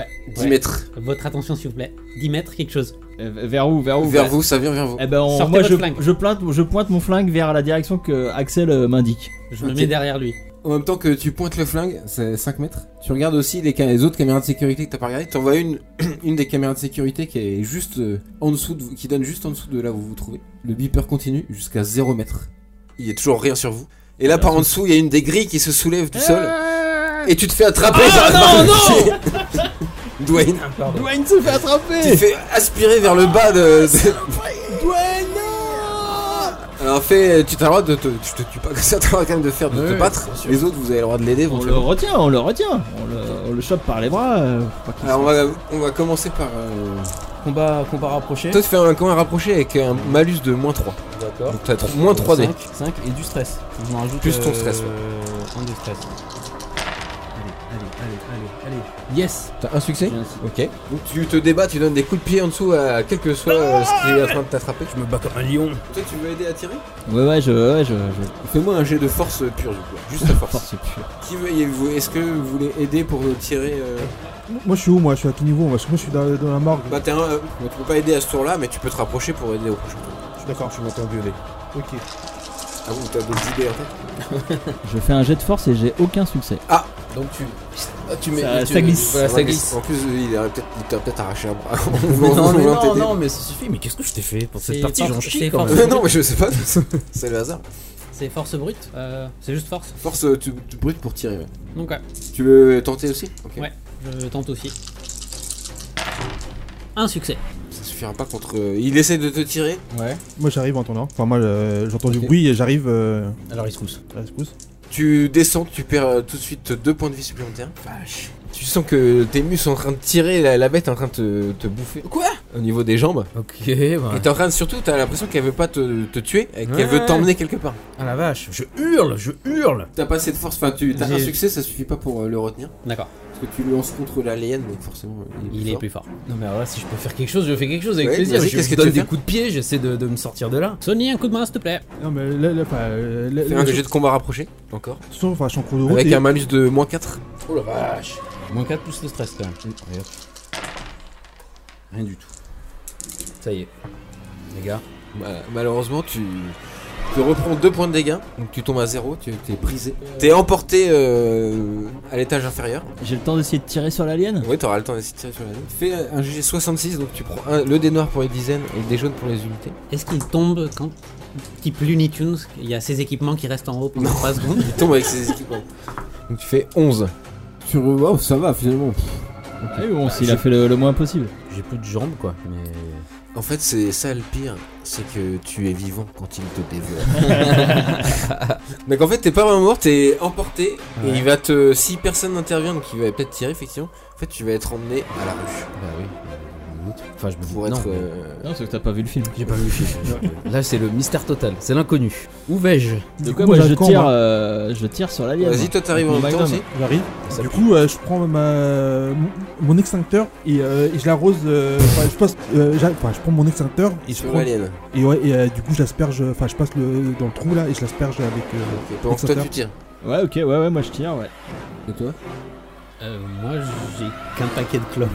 Ouais.
mètres.
votre attention s'il vous plaît. 10 mètres, quelque chose.
Euh, Vers où Vers où
vers vous, ça vient vers vous.
Eh ben, on-
Sortez
moi
votre
je,
flingue.
je, pointe, je pointe mon flingue vers la direction que Axel euh, m'indique.
Je
Ok.
me mets derrière lui.
En même temps que tu pointes le flingue, c'est 5 mètres. Tu regardes aussi les, ca- les autres caméras de sécurité que t'as pas regardées. T'en vois une, une des caméras de sécurité qui est juste euh, en dessous, de vous- qui donne juste en dessous de là où vous vous trouvez. Le beeper continue jusqu'à 0 mètres. Il y a toujours rien sur vous. Et là, par en dessous, il y a une des grilles qui se soulève tout
Euh.
seul.
Ah,
Et tu te fais attraper
Ah,
par non, non Dwayne,
Dwayne se fait
tu te
attraper
fais aspirer vers le bas de. de-
Dwayne
Alors fais, tu t'as le droit de te, tu te tues pas comme ça, t'as le droit quand même de faire de
Ouais,
te battre.
bien sûr.
Les autres, vous avez le droit de l'aider.
On le
éventuellement.
retient, on le retient On le, on le chope par les bras. euh, faut pas qu'il
Alors Ah, on
se-
va, on va commencer par. euh,
Combat, combat rapproché.
Toi, tu fais un combat rapproché avec un malus de moins 3.
D'accord.
Donc, t'as tro- moins 3D.
5, et du stress. Je m'en rajoute. euh,
Plus ton stress, ouais.
Un de stress. Allez, allez, allez, allez, allez. Yes
T'as un succès
J'ai un succès.
Ok. Donc, tu te débats, tu donnes des coups de pied en dessous à quel que soit euh, ce qui est en train de t'attraper.
Je me bats comme un lion.
Toi, tu veux aider à tirer
Ouais, ouais, je. Ouais, je, je...
Fais-moi un jet de force euh, pure, du coup. Juste la force.
Force pure.
Qui veut- et vous- Est-ce que vous voulez aider pour euh, tirer euh,
Moi, je suis où, moi Je suis à quel niveau Parce que moi, je suis dans, dans la morgue.
Bah, t'es un, euh, bon, tu peux pas aider à ce tour-là, mais tu peux te rapprocher pour aider au prochain tour.
je suis d'accord.
Tu m'entends violer.
Ok.
Ah bon, t'as d'autres idées en tête
Je fais un jet de force et j'ai aucun succès.
Donc, tu. Ah, tu mets.
Ça-
tu-
ça glisse.
voilà,
Ça
ça
glisse.
glisse. En plus, il aurait peut-être il t'aurait peut-être arraché un bras.
Mais non, mais
Voulant
non,
t'aider.
non, mais ça suffit. Mais qu'est-ce que je t'ai fait pour
C'est
cette partie
fort-
J'en
c'est
chie quand
fort.
même.
Euh, non, mais je sais pas. C'est le hasard.
C'est force brute euh, C'est juste force
Force, euh, tu, tu brutes pour tirer. ouais.
Donc ouais,
Tu veux tenter aussi Ok.
Ouais. je tente aussi. Un succès.
Ça suffira pas contre. euh, Il essaie de te tirer.
Ouais.
Moi, j'arrive en entendant. Enfin, moi, euh, j'entends du
Ok.
bruit et j'arrive. Euh...
Alors il se pousse.
à la secousse.
Tu descends, tu perds euh, tout de suite deux points de vie supplémentaires. Vache. Tu sens que tes muscles sont en train de tirer, la, la bête est en train de te, te bouffer. Quoi Au niveau des jambes.
Ok,
Ah,
Et t'es en train de surtout, t'as l'impression qu'elle veut pas te, te tuer, et qu'elle
Ouais.
veut t'emmener quelque part.
Ah la vache, je hurle, je hurle.
T'as pas assez de force, enfin tu t'as
J'ai-
un succès, ça suffit pas pour euh, le retenir.
D'accord.
Parce que tu le lances contre l'alien, donc forcément. euh,
Il est
fort.
plus fort.
Non mais alors là, si je peux faire quelque chose, je fais quelque chose avec
Ouais,
plaisir.
vas-y,
Je
qu'est-ce
lui
que tu
donne
veux
des
faire
coups de pied, j'essaie de, de me sortir de là.
Sony, un coup de main, s'il te plaît.
Non, mais là, là, enfin, euh, là,
Fais
là,
un
je-
jeu de combat rapproché, encore.
de toute façon, enfin, je suis en cours de route.
Avec
et-
un malus de moins 4.
Oh la vache Moins 4 plus le stress quand même. Regarde. Rien du tout. Ça y est. Les gars.
Bah, malheureusement, tu te reprends 2 points de dégâts, donc tu tombes à 0, tu t'es brisé. T'es emporté euh, à l'étage inférieur.
J'ai le temps d'essayer de tirer sur l'alien
Oui, t'auras le temps d'essayer de tirer sur la zone. Fais un GG66, donc tu prends un- le dé noir pour les dizaines et le dé jaune pour les unités.
Est-ce qu'il tombe quand Type Looney Tunes, il y a ses équipements qui restent en haut pendant 3 secondes.
Il tombe avec ses équipements. Donc tu fais 11. Tu revois, ça va finalement.
Ah oui, bon, s'il a fait le, le moins possible.
J'ai plus de jambes quoi. Mais.
En fait, c'est ça le pire, c'est que tu es vivant quand il te dévore. donc en fait, t'es pas vraiment mort, t'es emporté et il va te. Si personne n'intervient, donc il va peut-être tirer effectivement. En fait, tu vas être emmené à la rue
Bah oui. euh, Enfin, je me
pour
non,
être.
mais-
euh,
Non, c'est que t'as pas vu le film.
J'ai pas vu le film. Là, c'est le mystère total. C'est l'inconnu. Où vais-je
De
Du
quoi
coup,
moi,
moi,
je
j'attends,
tire,
moi.
euh, je tire sur l'alien.
Vas-y, toi t'arrives en même temps
Magnum.
aussi.
J'arrive. Du coup, euh, je prends ma mon- mon extincteur et, euh, et je l'arrose. euh, Enfin, je passe. euh, j'a- enfin, je prends mon extincteur et je
Sur
prends,
l'alien.
et ouais, et euh, du coup, je l'asperge. euh, Enfin, je passe le dans le trou là et je l'asperge avec. euh,
Ok, pendant que toi tu tires.
Ouais, ok, ouais, ouais, moi je tire, ouais.
Et toi
Euh, moi, j'ai qu'un paquet de clopes.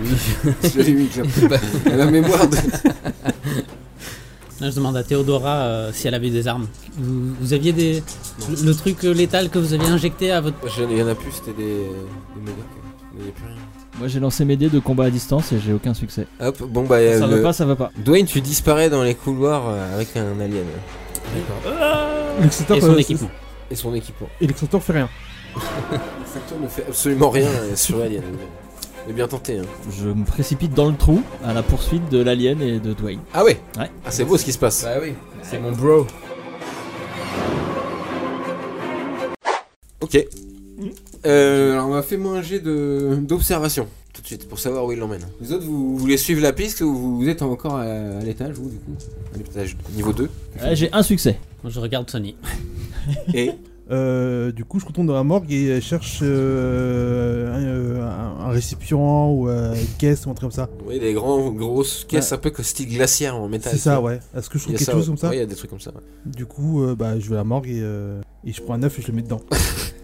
Bah, La mémoire de.
Là, je demande à Théodora euh, si elle avait des armes. Vous, vous aviez des. Le, le truc euh, létal que vous aviez injecté à votre.
J'en ai- y en a plus, c'était des. des médocs. Il n'y a plus rien.
Moi j'ai lancé mes dés de combat à distance et j'ai aucun succès.
Hop, bon bah.
ça
le-
va pas, ça va pas.
Dwayne, tu disparais dans les couloirs euh, avec un alien euh,
L'extincteur.
Et son
euh,
équipement.
et son équipement.
et l'extincteur fait rien.
Factor ne fait absolument rien euh, sur l'alien. Mais bien tenté. Hein.
Je me précipite dans le trou à la poursuite de l'alien et de Dwayne.
Ah ouais,
Ouais.
Ah, c'est beau ce qui se passe.
Bah oui. C'est mon bro.
Ok. Euh, alors on va faire moi un jet de- d'observation tout de suite pour savoir où il l'emmène. Les autres, vous voulez suivre la piste ou vous êtes encore à, à l'étage ou du coup À l'étage niveau 2.
Ah, j'ai un succès.
Moi, Je regarde Sony.
Et
Euh, du coup, je retourne dans la morgue et cherche euh, un, euh, un- un récipient ou euh, une caisse ou un truc comme ça.
oui, des grands grosses caisses un peu comme style glaciaire en métal.
C'est ça, ouais. Est-ce que je
Il y
trouve
a
quelque chose
ouais.
comme ça
Ouais, il y a des trucs comme ça. ouais.
Du coup, euh, bah, je vais à la morgue et, euh, et je prends un œuf et je le mets dedans.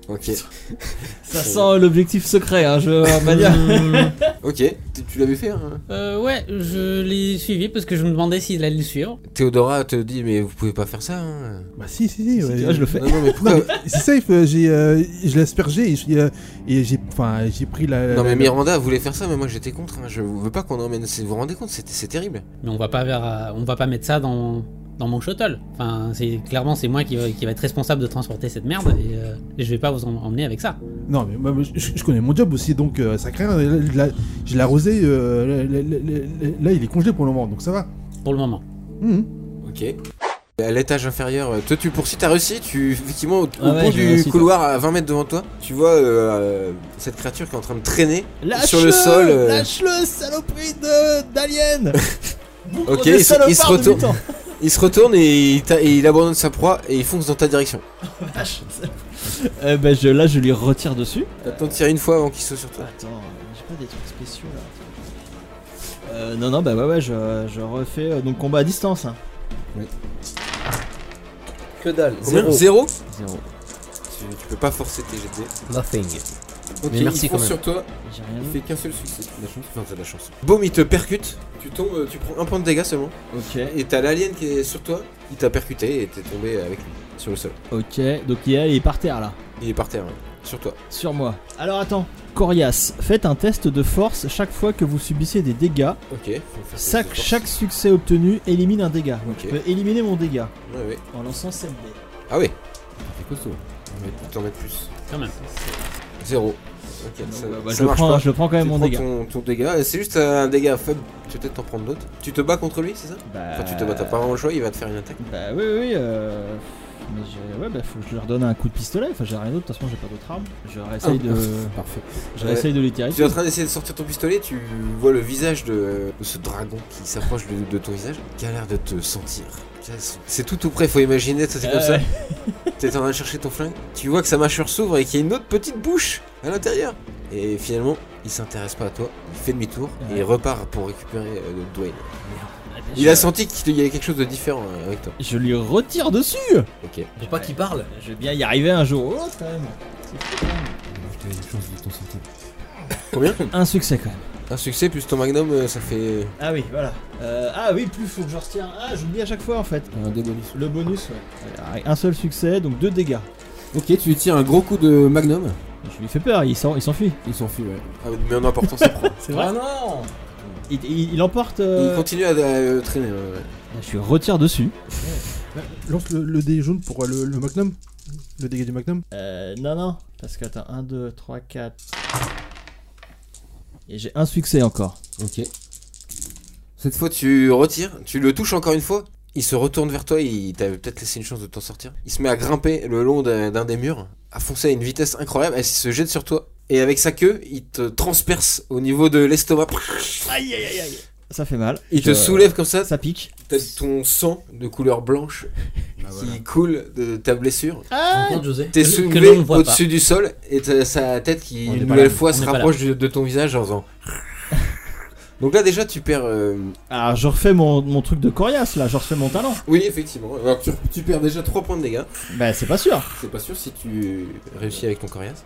Ok.
Ça sent l'objectif secret, hein, je mania.
Hum,
ok. Tu, tu l'avais fait. Hein
euh, ouais, je l'ai suivi parce que je me demandais s'il allait le suivre.
Théodora te dit mais vous pouvez pas faire ça. hein.
Bah, si, si, si. ouais.
Ah, je le fais.
Non, non mais pourquoi
C'est safe, euh, j'ai, euh, je l'ai aspergé et, je- euh, et j'ai, enfin, j'ai pris la.
Non mais
la-
Miranda voulait faire ça mais moi j'étais contre, hein. je veux pas qu'on emmène, c'est- vous vous rendez compte, c'est c'est terrible.
Mais on va pas vers, euh, on va pas mettre ça dans dans mon shuttle. Enfin, c'est clairement c'est moi qui va, qui va être responsable de transporter cette merde et, euh, et je vais pas vous en- emmener avec ça.
Non mais moi, je, je connais mon job aussi, donc euh, ça craint. euh, la- la- Je l'ai arrosé. euh, la- la- la- la- là, il est congelé pour le moment, donc ça va.
Pour le moment.
Mhm.
Ok. À l'étage inférieur, euh, toi tu poursuis, t'as réussi, tu effectivement au, au
Ah ouais,
bout
j'ai
du
réussi,
couloir à 20 mètres devant toi, tu vois euh, euh, cette créature qui est en train de traîner.
Lâche
Sur le sol, euh.
Lâche-le, saloperie de d'alien Bougre
Ok,
de
il se- il se
salopard de
retourne.
mutant.
Il se retourne et il, t'a- et il abandonne sa proie et il fonce dans ta direction.
Lâche. Eh ben, je, là, je lui retire dessus.
T'attends de tirer une fois avant qu'il saute sur toi.
Attends, euh, j'ai pas des trucs spéciaux là. Euh, non, non, bah ouais, ouais, je, je refais euh, donc combat à distance. Hein.
Que dalle.
Combien
Ah, Zéro.
Zéro
Zéro.
tu, tu peux pas forcer tes GT.
Nothing.
Ok,
Mais merci
il fonce
quand même.
sur toi,
J'ai rien.
il fait qu'un seul succès. T'as de la chance Enfin t'as de la chance. Boum, il te percute, tu tombes, euh, tu prends un point de dégâts seulement.
Ok,
Et t'as l'alien qui est sur toi, il t'a percuté et t'es tombé avec lui, sur le sol.
ok, donc il est il est par terre là.
Il est par terre, hein. ouais. sur toi.
Sur moi. Alors attends. Corias, faites un test de force chaque fois que vous subissez des dégâts.
Ok. faut faire
Chaque,
quelque chose de
chaque succès obtenu élimine un dégât. Donc
Ok.
je peux éliminer mon dégât
fort. Ouais, ouais.
en lançant 7 dés.
Ah ouais C'est costaud. Tu t'en mets plus.
Quand même.
Zéro. Ok, ça,
Donc, bah, bah,
ça
je, le
marche
prends,
pas.
je le prends quand même
tu
mon
prends
dégât.
Ton, ton dégât, et c'est juste un dégât faible. Tu vas peut-être t'en prendre d'autres. Tu te bats contre lui, c'est ça
Bah,
Enfin, tu te bats, t'as pas vraiment le choix, il va te faire une attaque.
Bah oui, oui, euh... Mais je... ouais, bah faut que je leur donne un coup de pistolet, enfin j'ai rien d'autre, de toute façon j'ai pas d'autre arme. Je réessaye de...
Parfait.
Je
Ouais.
réessaye de les tirer.
Ah, Tu es en train d'essayer de sortir ton pistolet, tu vois le visage de, de ce dragon qui s'approche de, de ton visage, qui a l'air de te sentir. C'est tout tout près, faut imaginer, ça
Euh,
c'est comme
Euh,
ça. T'es en train de chercher ton flingue, tu vois que sa mâchure s'ouvre et qu'il y a une autre petite bouche à l'intérieur. Et finalement, il s'intéresse pas à toi, il fait demi-tour et il repart pour récupérer euh, le Dwayne. Il a senti qu'il y avait quelque chose de différent euh, avec toi.
bah, Je lui retire dessus Euh,
Ok.
Faut pas qu'il parle.
Je vais bien y arriver un jour ou l'autre quand même.
Combien
Un succès quand même.
Un succès plus ton magnum, euh, ça fait.
Ah oui, voilà. Euh, ah oui, plus faut que je retiens. Ah, j'oublie à chaque fois en fait. Le bonus, ouais. Avec Un seul succès, donc deux dégâts.
Ok, tu lui tires un gros coup de magnum.
Je lui fais peur, il s'en- il s'enfuit.
Il s'enfuit, ouais.
Ah, mais en importance, ça prend.
C'est
Ah non
il, il- il emporte. euh, Ah,
Il continue à, à, euh, traîner. ouais, ouais.
Je lui retire dessus.
Lance le, le dé jaune pour euh, le, le magnum. Le dégât du magnum.
Euh, non, non. Parce que attends, 1, 2, 3, 4. Et j'ai un succès encore.
Ok.
Cette fois, tu retires, tu le touches encore une fois. Il se retourne vers toi, il t'a peut-être laissé une chance de t'en sortir. Il se met à grimper le long d'un d'un des murs, à foncer à une vitesse incroyable, et il se jette sur toi. Et avec sa queue, il te transperce au niveau de l'estomac.
Aïe, aïe, aïe, aïe. Ça fait mal.
Il te
Je-
soulève comme ça,
Ça pique.
t'as ton sang de couleur blanche qui coule de ta blessure.
Par contre, José.
T'es
Que- que
soulevé
l'on ne voit pas.
au-dessus du sol et t'as sa tête qui
On n'est
une
pas
nouvelle
là,
fois
on
se
n'est pas là.
rapproche de, de ton visage en faisant. Donc là déjà tu perds. euh,
Alors, Ah, je refais mon, mon truc de coriace là, je refais mon talent.
Oui effectivement. Alors, tu, tu perds déjà 3 points de dégâts.
Bah, c'est pas sûr.
C'est pas sûr si tu réussis avec ton coriace.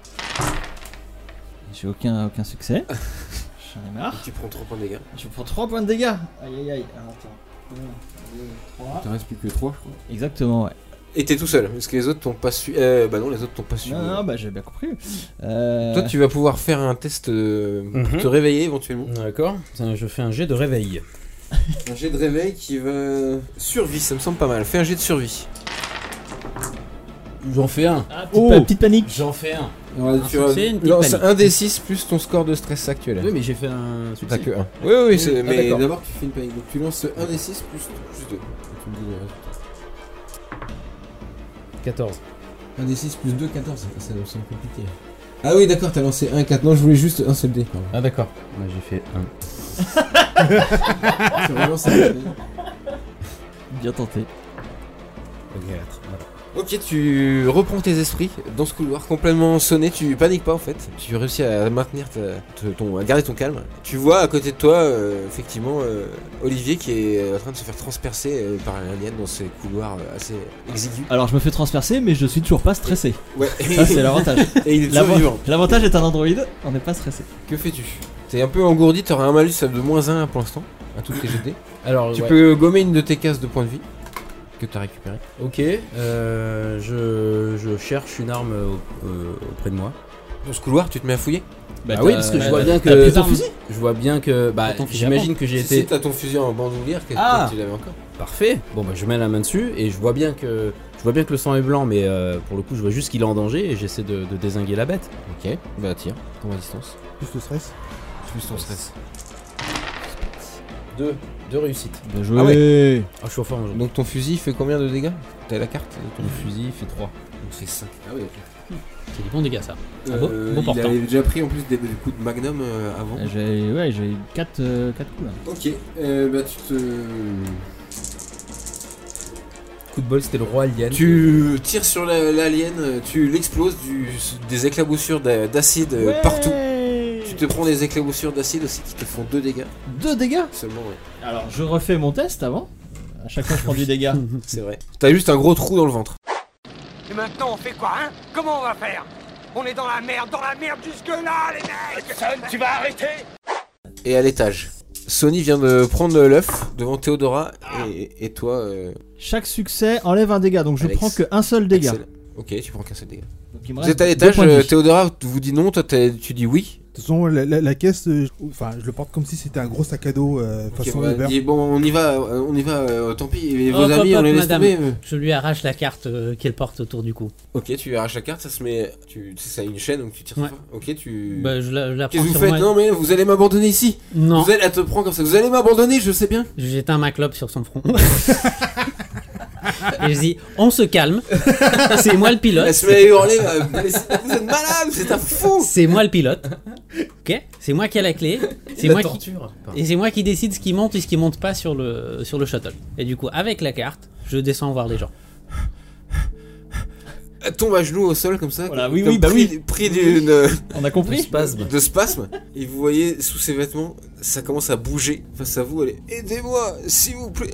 J'ai aucun, aucun succès. J'en ai marre.
Tu prends 3 points de dégâts.
Je prends 3 points de dégâts. Aïe, aïe, aïe. Alors, attends. 1, 2, 3.
T'en restes plus que 3, je crois.
Exactement, ouais.
Et t'es tout seul, parce que les autres t'ont pas su. euh, bah non, les autres t'ont pas su.
Non, non, bah, j'ai bien compris. Euh...
Toi, tu vas pouvoir faire un test euh, pour
Mhm.
te réveiller éventuellement.
D'accord. Ça, Je fais un jet de réveil.
Un jet de réveil qui va. Survie, ça me semble pas mal. Fais un jet de survie.
J'en fais un.
Ah,
Petite, pa- petite panique.
J'en fais un.
Ouais,
Un
tu
succès,
vois.
Ah, une petite
Lance
panique.
un des 6 plus ton score de stress actuel.
Oui, mais j'ai fait un
T'as
succès.
que 1. Oui, oui, c'est-
Ah,
mais
d'accord.
d'abord tu fais une panique. Donc tu lances 1 des 6 plus, plus 2.
Tu me dis le résultat.
14.
Un des 6 plus 2, 14. Ah, Ça me semble compliqué. Ah oui, d'accord, t'as lancé 1, 4. Non, je voulais juste un seul dé. pardon.
Ah d'accord. Moi j'ai fait un.
Tu relances un dé.
Bien tenté.
Ok, tu reprends tes esprits dans ce couloir complètement sonné. Tu paniques pas en fait. Tu réussis à maintenir ta- te- ton, à garder ton calme. Tu vois à côté de toi, euh, effectivement, euh, Olivier qui est en train de se faire transpercer euh, par un alien dans ces couloirs euh, assez exigus.
Alors, je me fais transpercer, mais je suis toujours pas stressé.
Ouais.
Ça, c'est l'avantage.
Et il est toujours
L'avant-
vivant.
L'avantage est un androïde, on n'est pas stressé.
Que fais-tu T'es un peu engourdi. T'auras un malus de moins 1 pour l'instant à toutes tes GD.
Alors
Tu
ouais.
peux gommer une de tes cases de points de vie que t'as récupéré.
Ok. euh, je, je cherche une arme au- euh, auprès de moi.
Dans ce couloir, tu te mets à fouiller
Bah oui, parce que je vois bien que-
T'as plus
Ton
d'armes.
Je vois bien que bah
Attends,
j'imagine que j'ai
Si, si,
été
t'as ton fusil en bandoulière que
Ah.
tu l'avais encore.
parfait. Bon bah je mets la main dessus et je vois bien que je vois bien que le sang est blanc, mais euh, pour le coup je vois juste qu'il est en danger et j'essaie de, de désinguer la bête.
Ok, bah tire, tombe à distance.
Plus le stress.
Plus ton stress.
Deux, deux réussites.
Bien joué.
Ah
Ah je suis en forme. aujourd'hui.
Donc ton fusil fait combien de dégâts T'as la carte de ton
Mon fusil fait 3
Donc c'est 5. Ah oui, ok.
C'est des bons dégâts ça.
Ah
Euh,
beau- beau
il
portant.
avait déjà pris en plus des, des coups de magnum euh, avant.
J'ai ouais, j'ai eu 4 coups là.
Ok, euh, bah tu te.
Coup de bol c'était le roi alien.
Tu tires sur la- l'alien, euh, tu l'exploses, du- des éclaboussures d'a- d'acide euh, partout. Tu te prends des éclaboussures d'acide aussi qui te font 2 dégâts
2 dégâts
seulement, ouais.
Alors je refais mon test avant. À chaque fois je prends du dégât.
c'est vrai. T'as juste un gros trou dans le ventre.
Et maintenant, on fait quoi, hein Comment on va faire On est dans la merde, dans la merde jusque-là, les mecs Hudson, tu vas arrêter
Et à l'étage. Sony vient de prendre l'œuf devant Théodora et, et toi. euh,
Chaque succès enlève un dégât, donc je
Alex.
prends que un seul dégât.
Axel. Ok, tu prends qu'un seul dégât.
Donc, il me
Vous
reste
êtes à
deux
l'étage,
points de
euh,
vie.
Théodora vous dit non, toi t'as- tu dis oui.
De toute façon, la, la- la caisse, euh, je- enfin, je le porte comme si c'était un gros sac à dos euh, façon
Ok, bah,
Uber.
dis, bon, on y va, euh, on y va, euh, tant pis, et
Oh,
vos
hop,
amis,
hop,
on les
hop,
laisse
madame.
tomber. euh.
Je lui arrache la carte euh, qu'elle porte autour du cou.
Ok, tu arraches la carte, ça se met. Tu, ça a une chaîne, donc tu tires
Ouais.
ça. Ok, tu.
Bah, je la, je la
Qu'est-ce
prends
que vous
sur
faites
moi.
Non, mais vous allez m'abandonner ici.
Non,
Vous allez, elle te prend comme ça. Vous allez m'abandonner, je sais bien.
j'éteins ma clope sur son front. Et je dis, on se calme. C'est moi le
Elle
pilote.
se met à hurler. euh, Mais c'est- vous êtes malade, vous êtes un fou.
C'est moi le pilote. Ok C'est moi qui ai la clé. C'est moi qui... Et c'est moi qui décide ce qui monte et ce qui monte pas sur le, sur le shuttle. Et du coup, avec la carte, je descends voir les gens.
elle Euh, tombe à genoux au sol comme ça.
Voilà, oui,
comme
oui, bah
pris,
oui.
Pris
Oui, oui.
d'une. euh,
On a compris.
De spasme.
De spasme. Et vous voyez sous ses vêtements, ça commence à bouger face à vous. Elle est Aidez-moi, s'il vous plaît.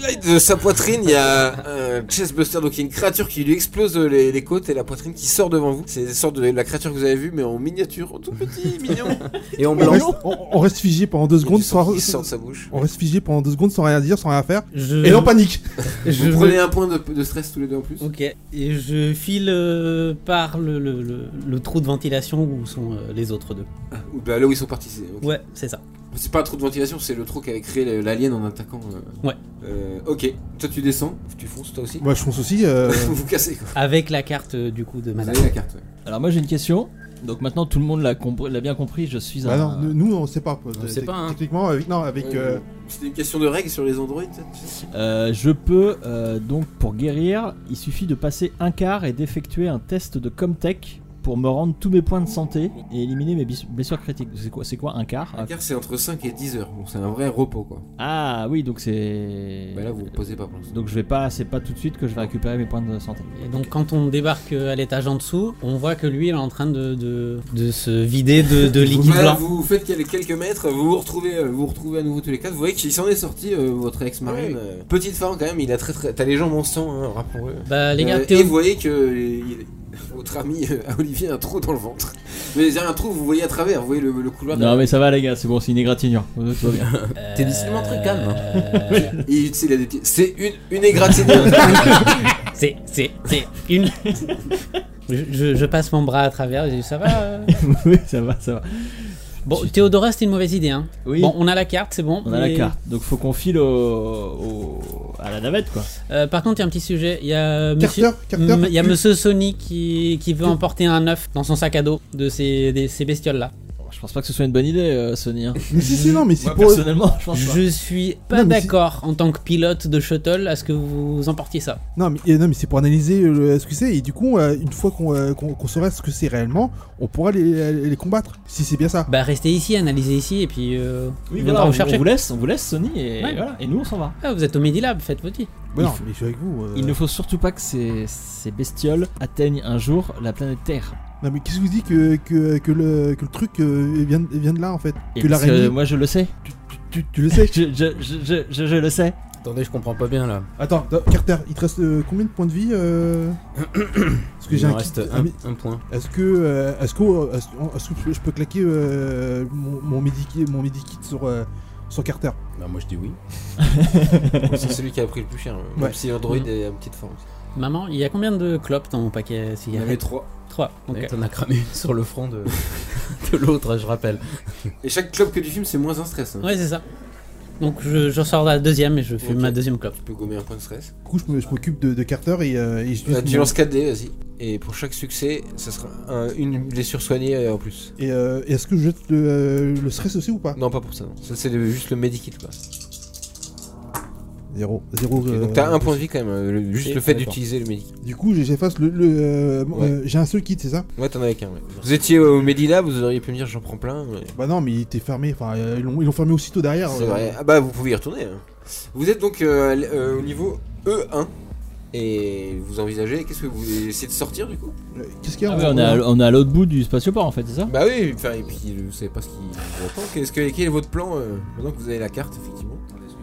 Là, de sa poitrine, il y a un chestbuster, donc il y a une créature qui lui explose les, les côtes et la poitrine qui sort devant vous. C'est une sorte de la créature que vous avez vue, mais en miniature, en tout petit, mignon.
Et en
On
blanc.
reste, on- on reste figé pendant deux secondes sans.
Il sort de sa bouche.
On reste figé pendant deux secondes sans rien dire, sans rien faire.
Je...
Et là, on panique.
je
Vous prenez
me-
un point de, de stress tous les deux en plus.
Ok, et je file euh, par le, le- le- le trou de ventilation où sont euh, les autres deux.
Ou bah, là où ils sont partis. c'est- ok.
Ouais, c'est ça.
C'est pas un trou de ventilation, c'est le trou qu'avait créé l'alien en attaquant. euh,
Ouais.
euh, ok, toi tu descends, tu fonces toi aussi.
Moi, je pense aussi. euh,
Vous vous cassez quoi.
Avec la carte euh, du coup de
Vous
madame.
avez la carte. ouais.
Alors moi j'ai une question. Donc maintenant tout le monde l'a compris- l'a bien compris, je suis
Bah
un.
non, nous- nous on sait pas. Euh,
On sait pas, hein.
Techniquement, avec, non, avec.
Ouais,
euh,
ouais. C'était une question de règles sur les androïdes. peut-être, tu sais
Euh, je peux euh, donc pour guérir, il suffit de passer un quart et d'effectuer un test de Comtech pour me rendre tous mes points de santé et éliminer mes bis- blessures critiques. C'est quoi, c'est quoi un quart
Ah.
La carte c'est entre 5 et 10 heures, donc c'est un vrai repos quoi.
Ah oui, donc c'est.
Bah là vous vous posez pas pour l'instant.
Donc je vais pas, c'est pas tout de suite que je vais récupérer mes points de santé.
Et donc quand on débarque euh, à l'étage en dessous, on voit que lui il est en train de, de, de se vider de, de liquide
Voilà,
blanc.
vous faites quel- quelques mètres, vous vous retrouvez, euh, vous vous retrouvez à nouveau tous les quatre. Vous voyez qu'il s'en est sorti, euh, votre ex-marine. euh, Petite forme quand même, il a très très. T'as les jambes en sang, hein, rappelons-le.
Bah les gars,
Euh,
Théo-
et vous voyez que euh, il- votre ami euh, Olivier a un trou dans le ventre. Mais il y a un trou, vous voyez à travers, vous voyez le, le couloir. de-
Non mais ça va les gars, c'est bon, c'est une égratignure. Euh, tout va bien.
T'es décidément très calme, hein.
Euh,
Et il- tu sais, il a des petits- C'est une, une égratignure.
C'est, c'est, c'est une. je, je- je passe mon bras à travers, je dis ça va. euh
oui, ça va, ça va.
Bon, Théodora, c'était une mauvaise idée. Hein.
Oui.
Bon, on a la carte, c'est bon.
On a la
mais-
carte, donc faut qu'on file au, au- à la navette quoi.
Euh, par contre, il y a un petit sujet. Il y a euh, monsieur.
Carter, Carter.
Il y a Monsieur Sony qui, qui veut emporter un œuf dans son sac à dos de ces, des- ces bestioles-là.
Je pense pas que ce soit une bonne idée, euh, Sony. hein.
Mais si, si, non, mais c'est
Moi,
pour.
personnellement, je pense pas.
Je suis pas
Non, mais c'est-
d'accord en tant que pilote de shuttle à ce que vous emportiez ça.
Non, mais, euh, non, mais c'est pour analyser euh, le- ce que c'est. Et du coup, euh, une fois qu'on euh, qu'on- qu'on saura ce que c'est réellement, on pourra les, les combattre. Si c'est bien ça.
Bah, restez ici, analysez ici, et puis euh,
Oui,
on
voilà,
viendra
on,
vous
on
chercher.
vous laisse, on vous laisse Sony et
Ouais.
voilà, et nous on s'en va.
Ah, vous êtes au Medilab, faites votre vie.
Mais non,
faut-
mais je suis avec vous. euh.
Il ne faut surtout pas que ces, ces bestioles atteignent un jour la planète Terre.
Non, mais qu'est-ce que vous dit que, que, que, le, que le truc euh, vient, vient de là en fait
Et
Que
parce
l'araignée.
moi je le sais.
Tu, tu le sais
Je, je- je- je- je- je le sais.
Attendez, je comprends pas bien là.
Attends, attends, Carter, il te reste euh, combien de points de vie euh Parce que
Il
j'ai
en
un
reste
kit-
un, un point.
Est-ce que, euh, est-ce que, euh, est-ce est-ce que je peux claquer euh, mon, mon médiki, mon médikit sur, euh, sur Carter
Bah, moi je dis oui.
c'est celui qui a pris le plus cher. hein. Même
Ouais.
si
Mm.
l'androïde est en petite forme.
Maman, il y a combien de clopes dans mon paquet
Il y en avait
cigarette
trois.
Trois. ok.
T'en as cramé une sur le front de, de l'autre, je rappelle.
Et chaque clope que tu fumes, c'est moins un stress. hein.
Ouais, c'est ça. Donc je, je ressors la deuxième et je fume
Ok.
ma deuxième clope.
Tu peux gommer un point de stress.
Du coup, je me- je m'occupe de, de Carter et, euh, et je
Euh,
dis-
tu lances 4D, vas-y. Et pour chaque succès, ça sera un- une blessure soignée euh, en plus.
Et euh, et est-ce que je jette le, euh, le stress aussi ou pas
Non, pas pour ça. non. Ça, c'est le- juste le medikit. Quoi.
Zéro. Zéro.
Ok,
euh,
Donc, t'as un point de vie quand même. euh, le- juste
Ok,
le fait
d'accord.
d'utiliser le medikit.
Du coup, j'ai- j'efface le. le, euh,
Ouais.
euh, j'ai un seul kit, c'est ça
Ouais, t'en avais qu'un. ouais. Vous étiez au Medilab, vous auriez pu me dire j'en prends plein. mais-
Bah non, mais il était fermé. Enfin, euh, ils l'ont ils l'ont fermé aussitôt derrière.
C'est
euh.
vrai. Ah bah vous pouvez y retourner. hein. Vous êtes donc euh, l- euh, au niveau E1 et vous envisagez qu'est-ce que vous voulez essayer de sortir du coup
Euh, Qu'est-ce qu'il y a
Ah ouais, on, est à, on est à l'autre bout du spatioport en fait, c'est ça
Bah oui, enfin, et puis vous savez pas ce qui vous attend. Qu'est-ce que quel est votre plan euh, maintenant que vous avez la carte effectivement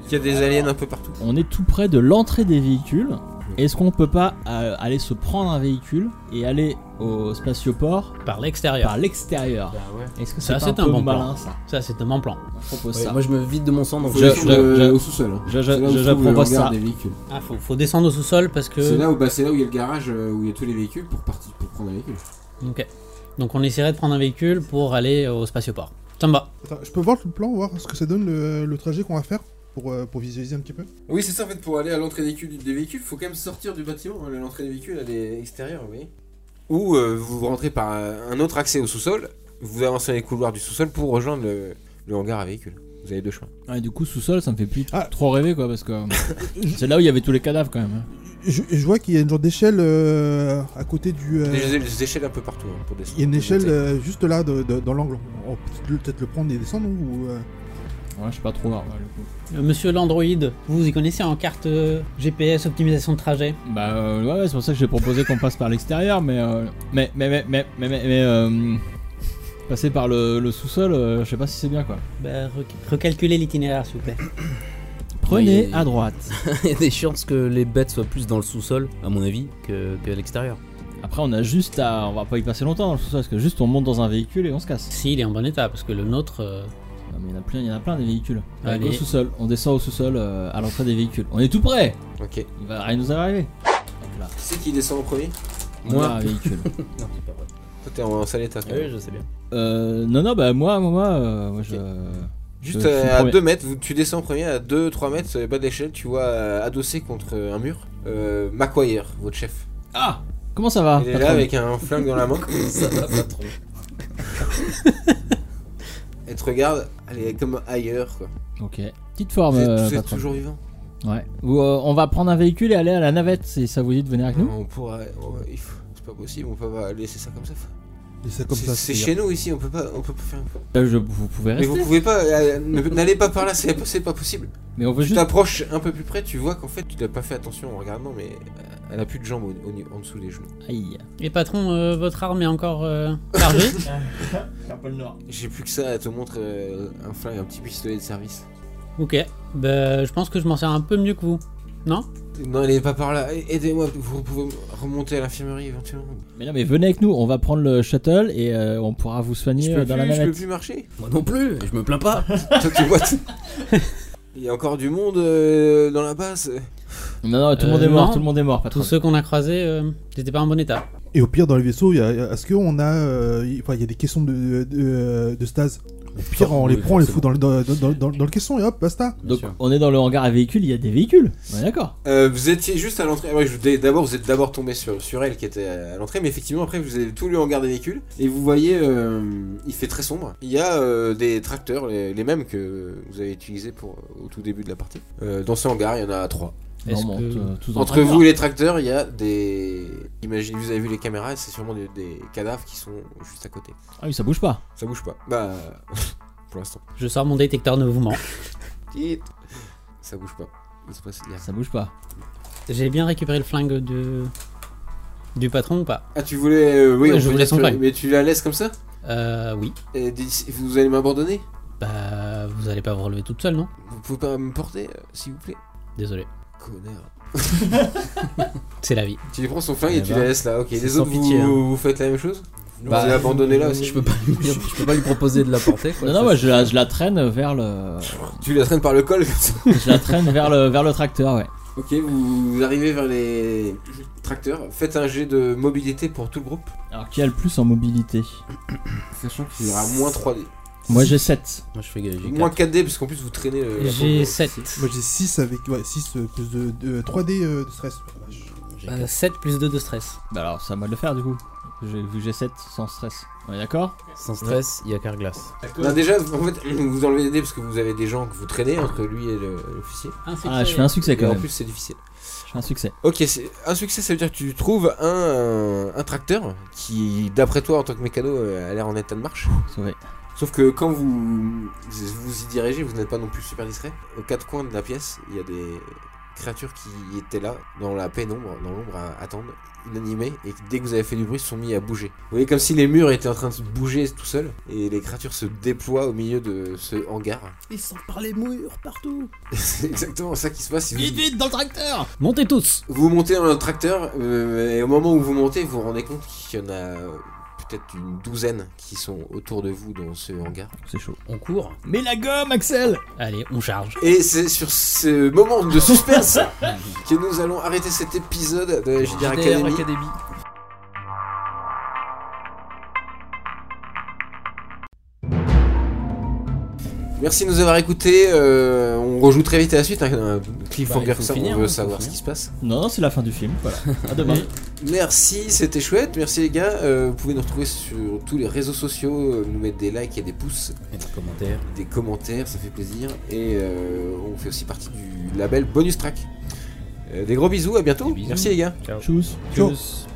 Qu'il y a des aliens un peu partout.
On est tout près de l'entrée des véhicules. Est-ce qu'on peut pas euh, aller se prendre un véhicule et aller au spatioport
Par l'extérieur.
par l'extérieur
ouais.
Est-ce que
Ça,
c'est pas
c'est
un,
un
peu
bon plan.
malin ça
Ça c'est un bon plan.
Je propose
Ouais,
ça.
moi je me vide de mon sang donc
Je-
je-
je- je-
au sous-sol. hein.
Je, je-
C'est là où
je-
se
je
trouve le
propose
hangar
ça. Euh.
des véhicules.
Ah faut, faut descendre au sous-sol parce
C'est
que.
là où bah, c'est là où il y a le garage euh, où il y a tous les véhicules pour partir pour prendre un véhicule.
Ok. Donc on essaierait de prendre un véhicule pour aller au spatioport. Ça me va.
Attends, je peux voir le plan, voir ce que ça donne le, le trajet qu'on va faire pour, euh, pour visualiser un petit peu
Oui, c'est ça en fait pour aller à l'entrée des, véhicules- des véhicules, faut quand même sortir du bâtiment. hein. L'entrée des véhicules elle est extérieure, vous voyez. Ou euh, vous rentrez par euh, un autre accès au sous-sol, vous avancez dans les couloirs du sous-sol pour rejoindre le, le hangar à véhicules. Vous avez deux chemins.
Ouais, du coup, sous-sol, ça me fait plus
Ah.
trop rêver quoi, parce que euh, c'est là où il y avait tous les cadavres quand même. hein.
je, je vois qu'il y a une genre d'échelle euh, à côté du. euh,
Des, des échelles un peu partout hein, pour descendre.
Il y a une
Pour
échelle
monter.
euh, juste là de- de- dans l'angle. On peut peut-être le prendre et descendre ou. euh,
Ouais, je sais pas trop là. ouais, le coup.
Euh, Monsieur l'Android, vous vous y connaissez en carte euh, GPS, optimisation de trajet
Bah euh, ouais, ouais, c'est pour ça que j'ai proposé qu'on passe par l'extérieur, mais, euh, mais mais mais mais mais mais, mais, euh, passer par le, le sous-sol, euh, je sais pas si c'est bien quoi.
Bah, rec- recalculez l'itinéraire, s'il vous plaît.
Prenez
Oui.
à droite.
Il y a des chances que les bêtes soient plus dans le sous-sol, à mon avis, que- qu'à l'extérieur.
Après, on a juste à, on va pas y passer longtemps dans le sous-sol, parce que juste on monte dans un véhicule et on se casse.
Si, il est en bon état, parce que le nôtre. euh,
Non, mais il y en a plein, il y en a plein des véhicules.
Allez.
Allez. Au sous-sol, on descend au sous-sol euh, à l'entrée des véhicules. On est tout prêt.
euh.
Ok.
Il va rien nous arriver. Hop là.
C'est qui descend en premier
Moi, un véhicule.
Non, c'est pas vrai.
Toi, t'es en, en sale état. quand
Ah
même.
Ah Oui, je sais bien.
Euh, non, non, bah moi, moi, moi, euh, moi, je.
Juste
je suis
euh,
le
à
premier.
2 mètres, vous- tu descends en premier à 2-3 mètres, euh, bas d'échelle, tu vois euh, adossé contre un mur, euh, McQuire, votre chef.
Ah Comment ça va
Il est
patron
là avec un flingue dans la main.
Ça va pas trop.
Elle te regarde, elle est comme ailleurs quoi.
Ok. Petite forme,
Vous êtes-
euh,
vous êtes
patron.
toujours vivant
Ouais. Ou, euh, on va prendre un véhicule et aller à la navette si ça vous dit de venir avec nous.
Non, on pourrait. on- il faut- C'est pas possible, on peut pas laisser ça comme ça.
Et c'est comme
C'est-
ça.
C'est
c'est-
chez nous ici, on peut pas, on peut pas faire. Mais
Euh, je- vous pouvez rester.
vous pouvez pas, euh, ne- n'allez pas par là, c'est c'est pas possible.
Mais on veut
Tu
juste.
t'approches un peu plus près, tu vois qu'en fait tu n'as pas fait attention en regardant, mais euh, elle a plus de jambes au- au- en dessous des genoux.
Aïe.
Et patron, euh, votre arme est encore euh, chargée
J'ai plus que ça, elle te montre euh, un flingue, un petit pistolet de service.
Ok. Bah, je pense que je m'en sers un peu mieux que vous. Non
Non, elle est pas par là. A- Aidez-moi, vous pouvez me remonter à l'infirmerie éventuellement.
Mais non, mais venez avec nous, on va prendre le shuttle et euh, on pourra vous
Je
soigner
peux,
euh, dans la
plus, je peux
navette.
plus marcher.
Moi non plus, je me plains pas.
Toi, tu vois, tu- Il y a encore du monde euh, dans la base.
Non, non, tout le monde
Euh,
est mort,
non.
tout le monde est mort,
Tous
patron.
ceux qu'on a croisés euh, n'étaient pas en bon état.
Et au pire, dans les vaisseaux, il y a- est-ce qu'on a. euh, y- enfin, il y a des caissons de, euh, de, de stase. Au pire, on les
Oui,
prend, on les
forcément.
fout dans le, dans, dans- dans- dans le caisson et hop, basta.
Donc on est dans le hangar à véhicules, il y a des véhicules. On est d'accord.
Euh, vous étiez juste à l'entrée. Ouais, je- dès- d'abord, vous êtes d'abord tombé sur, sur elle qui était à l'entrée, mais effectivement, après, vous avez tout le hangar des véhicules. Et vous voyez, euh, il fait très sombre. Il y a euh, des tracteurs, les, les mêmes que vous avez utilisés pour, au tout début de la partie. Euh, dans ce hangar, il y en a trois.
Non,
Est-ce
bon,
que-
t- euh, tous en
Entre
train de
vous et les tracteurs, il y a des. Imaginez, vous avez vu les caméras, c'est sûrement des, des cadavres qui sont juste à côté.
faire. Ah oui, ça bouge pas.
Ça bouge pas. Bah. pour l'instant.
Je sors mon détecteur de mouvement.
Tit. Ça bouge pas. Il se passe- il y a-
Ça bouge pas.
J'ai bien récupéré le flingue de... du patron ou pas
Ah, tu voulais. euh, oui,
Ouais,
on
je
peut
voulais
dire
son
que-
flingue.
Mais tu la laisses comme ça
Euh, oui.
Et dis- Vous allez m'abandonner
Bah, vous allez pas vous relever toute seule, non
Vous pouvez pas me porter, euh, s'il vous plaît
Désolé.
Connard.
C'est la vie.
Tu lui prends son flingue et,
Eh
tu
ben,
la laisses là. Ok, les
sans
autres, vous,
pitié, hein.
vous faites la même chose Vous
Bah,
allez abandonner là aussi
Je peux pas lui, je peux pas lui proposer de la porter. Quoi,
non, non,
Ça,
moi
c'est-
je la, je la traîne vers le,
Tu la traînes par le col comme ça.
je la traîne vers le, vers le tracteur, ouais.
Ok, vous arrivez vers les tracteurs. Faites un jet de mobilité pour tout le groupe.
Alors qui a le plus en mobilité
Sachant
Il y
qu'il
aura moins 3D.
Moi j'ai 7.
Moi, je fais j'ai
Moins 4D, parce qu'en plus vous traînez. euh, la
J'ai
bombe.
7.
Moi j'ai 6 avec. Ouais, 6 plus de, de- 3D euh, de stress. Oh la vache.
j'ai
Euh, 7 plus 2 de stress.
Bah alors ça m'a de le faire du coup. J'ai- Vu que j'ai 7 sans stress. On est d'accord
Sans stress, il y a Carglass.
Non, déjà, en fait, vous enlevez des dés parce que vous avez des gens que vous traînez entre lui et le- l'officier.
Ah, je fais un succès
Et
quand
en
même.
plus, c'est difficile.
Je fais un succès.
Ok, c'est- un succès, ça veut dire que tu trouves un, euh, un tracteur qui, d'après toi, en tant que mécano, euh, a l'air en état de marche.
Sauvé.
Sauf que quand vous vous y dirigez, vous n'êtes pas non plus super discret. Aux quatre coins de la pièce, il y a des créatures qui étaient là, dans la pénombre, dans l'ombre, à attendre, inanimées, et qui, dès que vous avez fait du bruit, se sont mis à bouger. Vous voyez, comme si les murs étaient en train de se bouger tout seuls, et les créatures se déploient au milieu de ce hangar.
Ils sont par les murs partout.
C'est exactement ça qui se passe. si vous-
Vite, vite, dans le tracteur
Montez tous
Vous montez dans le tracteur, euh, et au moment où vous montez, vous vous rendez compte qu'il y en a euh, peut-être une douzaine qui sont autour de vous dans ce hangar.
C'est chaud.
On court.
Mets la gomme, Axel
Allez, on charge.
Et c'est sur ce moment de suspense que nous allons arrêter cet épisode de la JDR Academy. Merci de nous avoir écoutés. euh, on rejoue très vite à la suite. hein, un cliffhanger,
Bah, il faut
ça,
finir,
on veut
hein, faut
savoir ce
finir.
qui se passe.
Non, non, c'est la fin du film. Voilà. À demain.
Merci, c'était chouette. Merci les gars. Euh, vous pouvez nous retrouver sur tous les réseaux sociaux, euh, nous mettre des likes et des pouces.
Et des commentaires.
des commentaires, ça fait plaisir. Et euh, on fait aussi partie du label Bonus Track. Euh, des gros bisous, à bientôt.
Des bisous.
Merci les gars.
Tchuss.
Ciao.
Tchuss.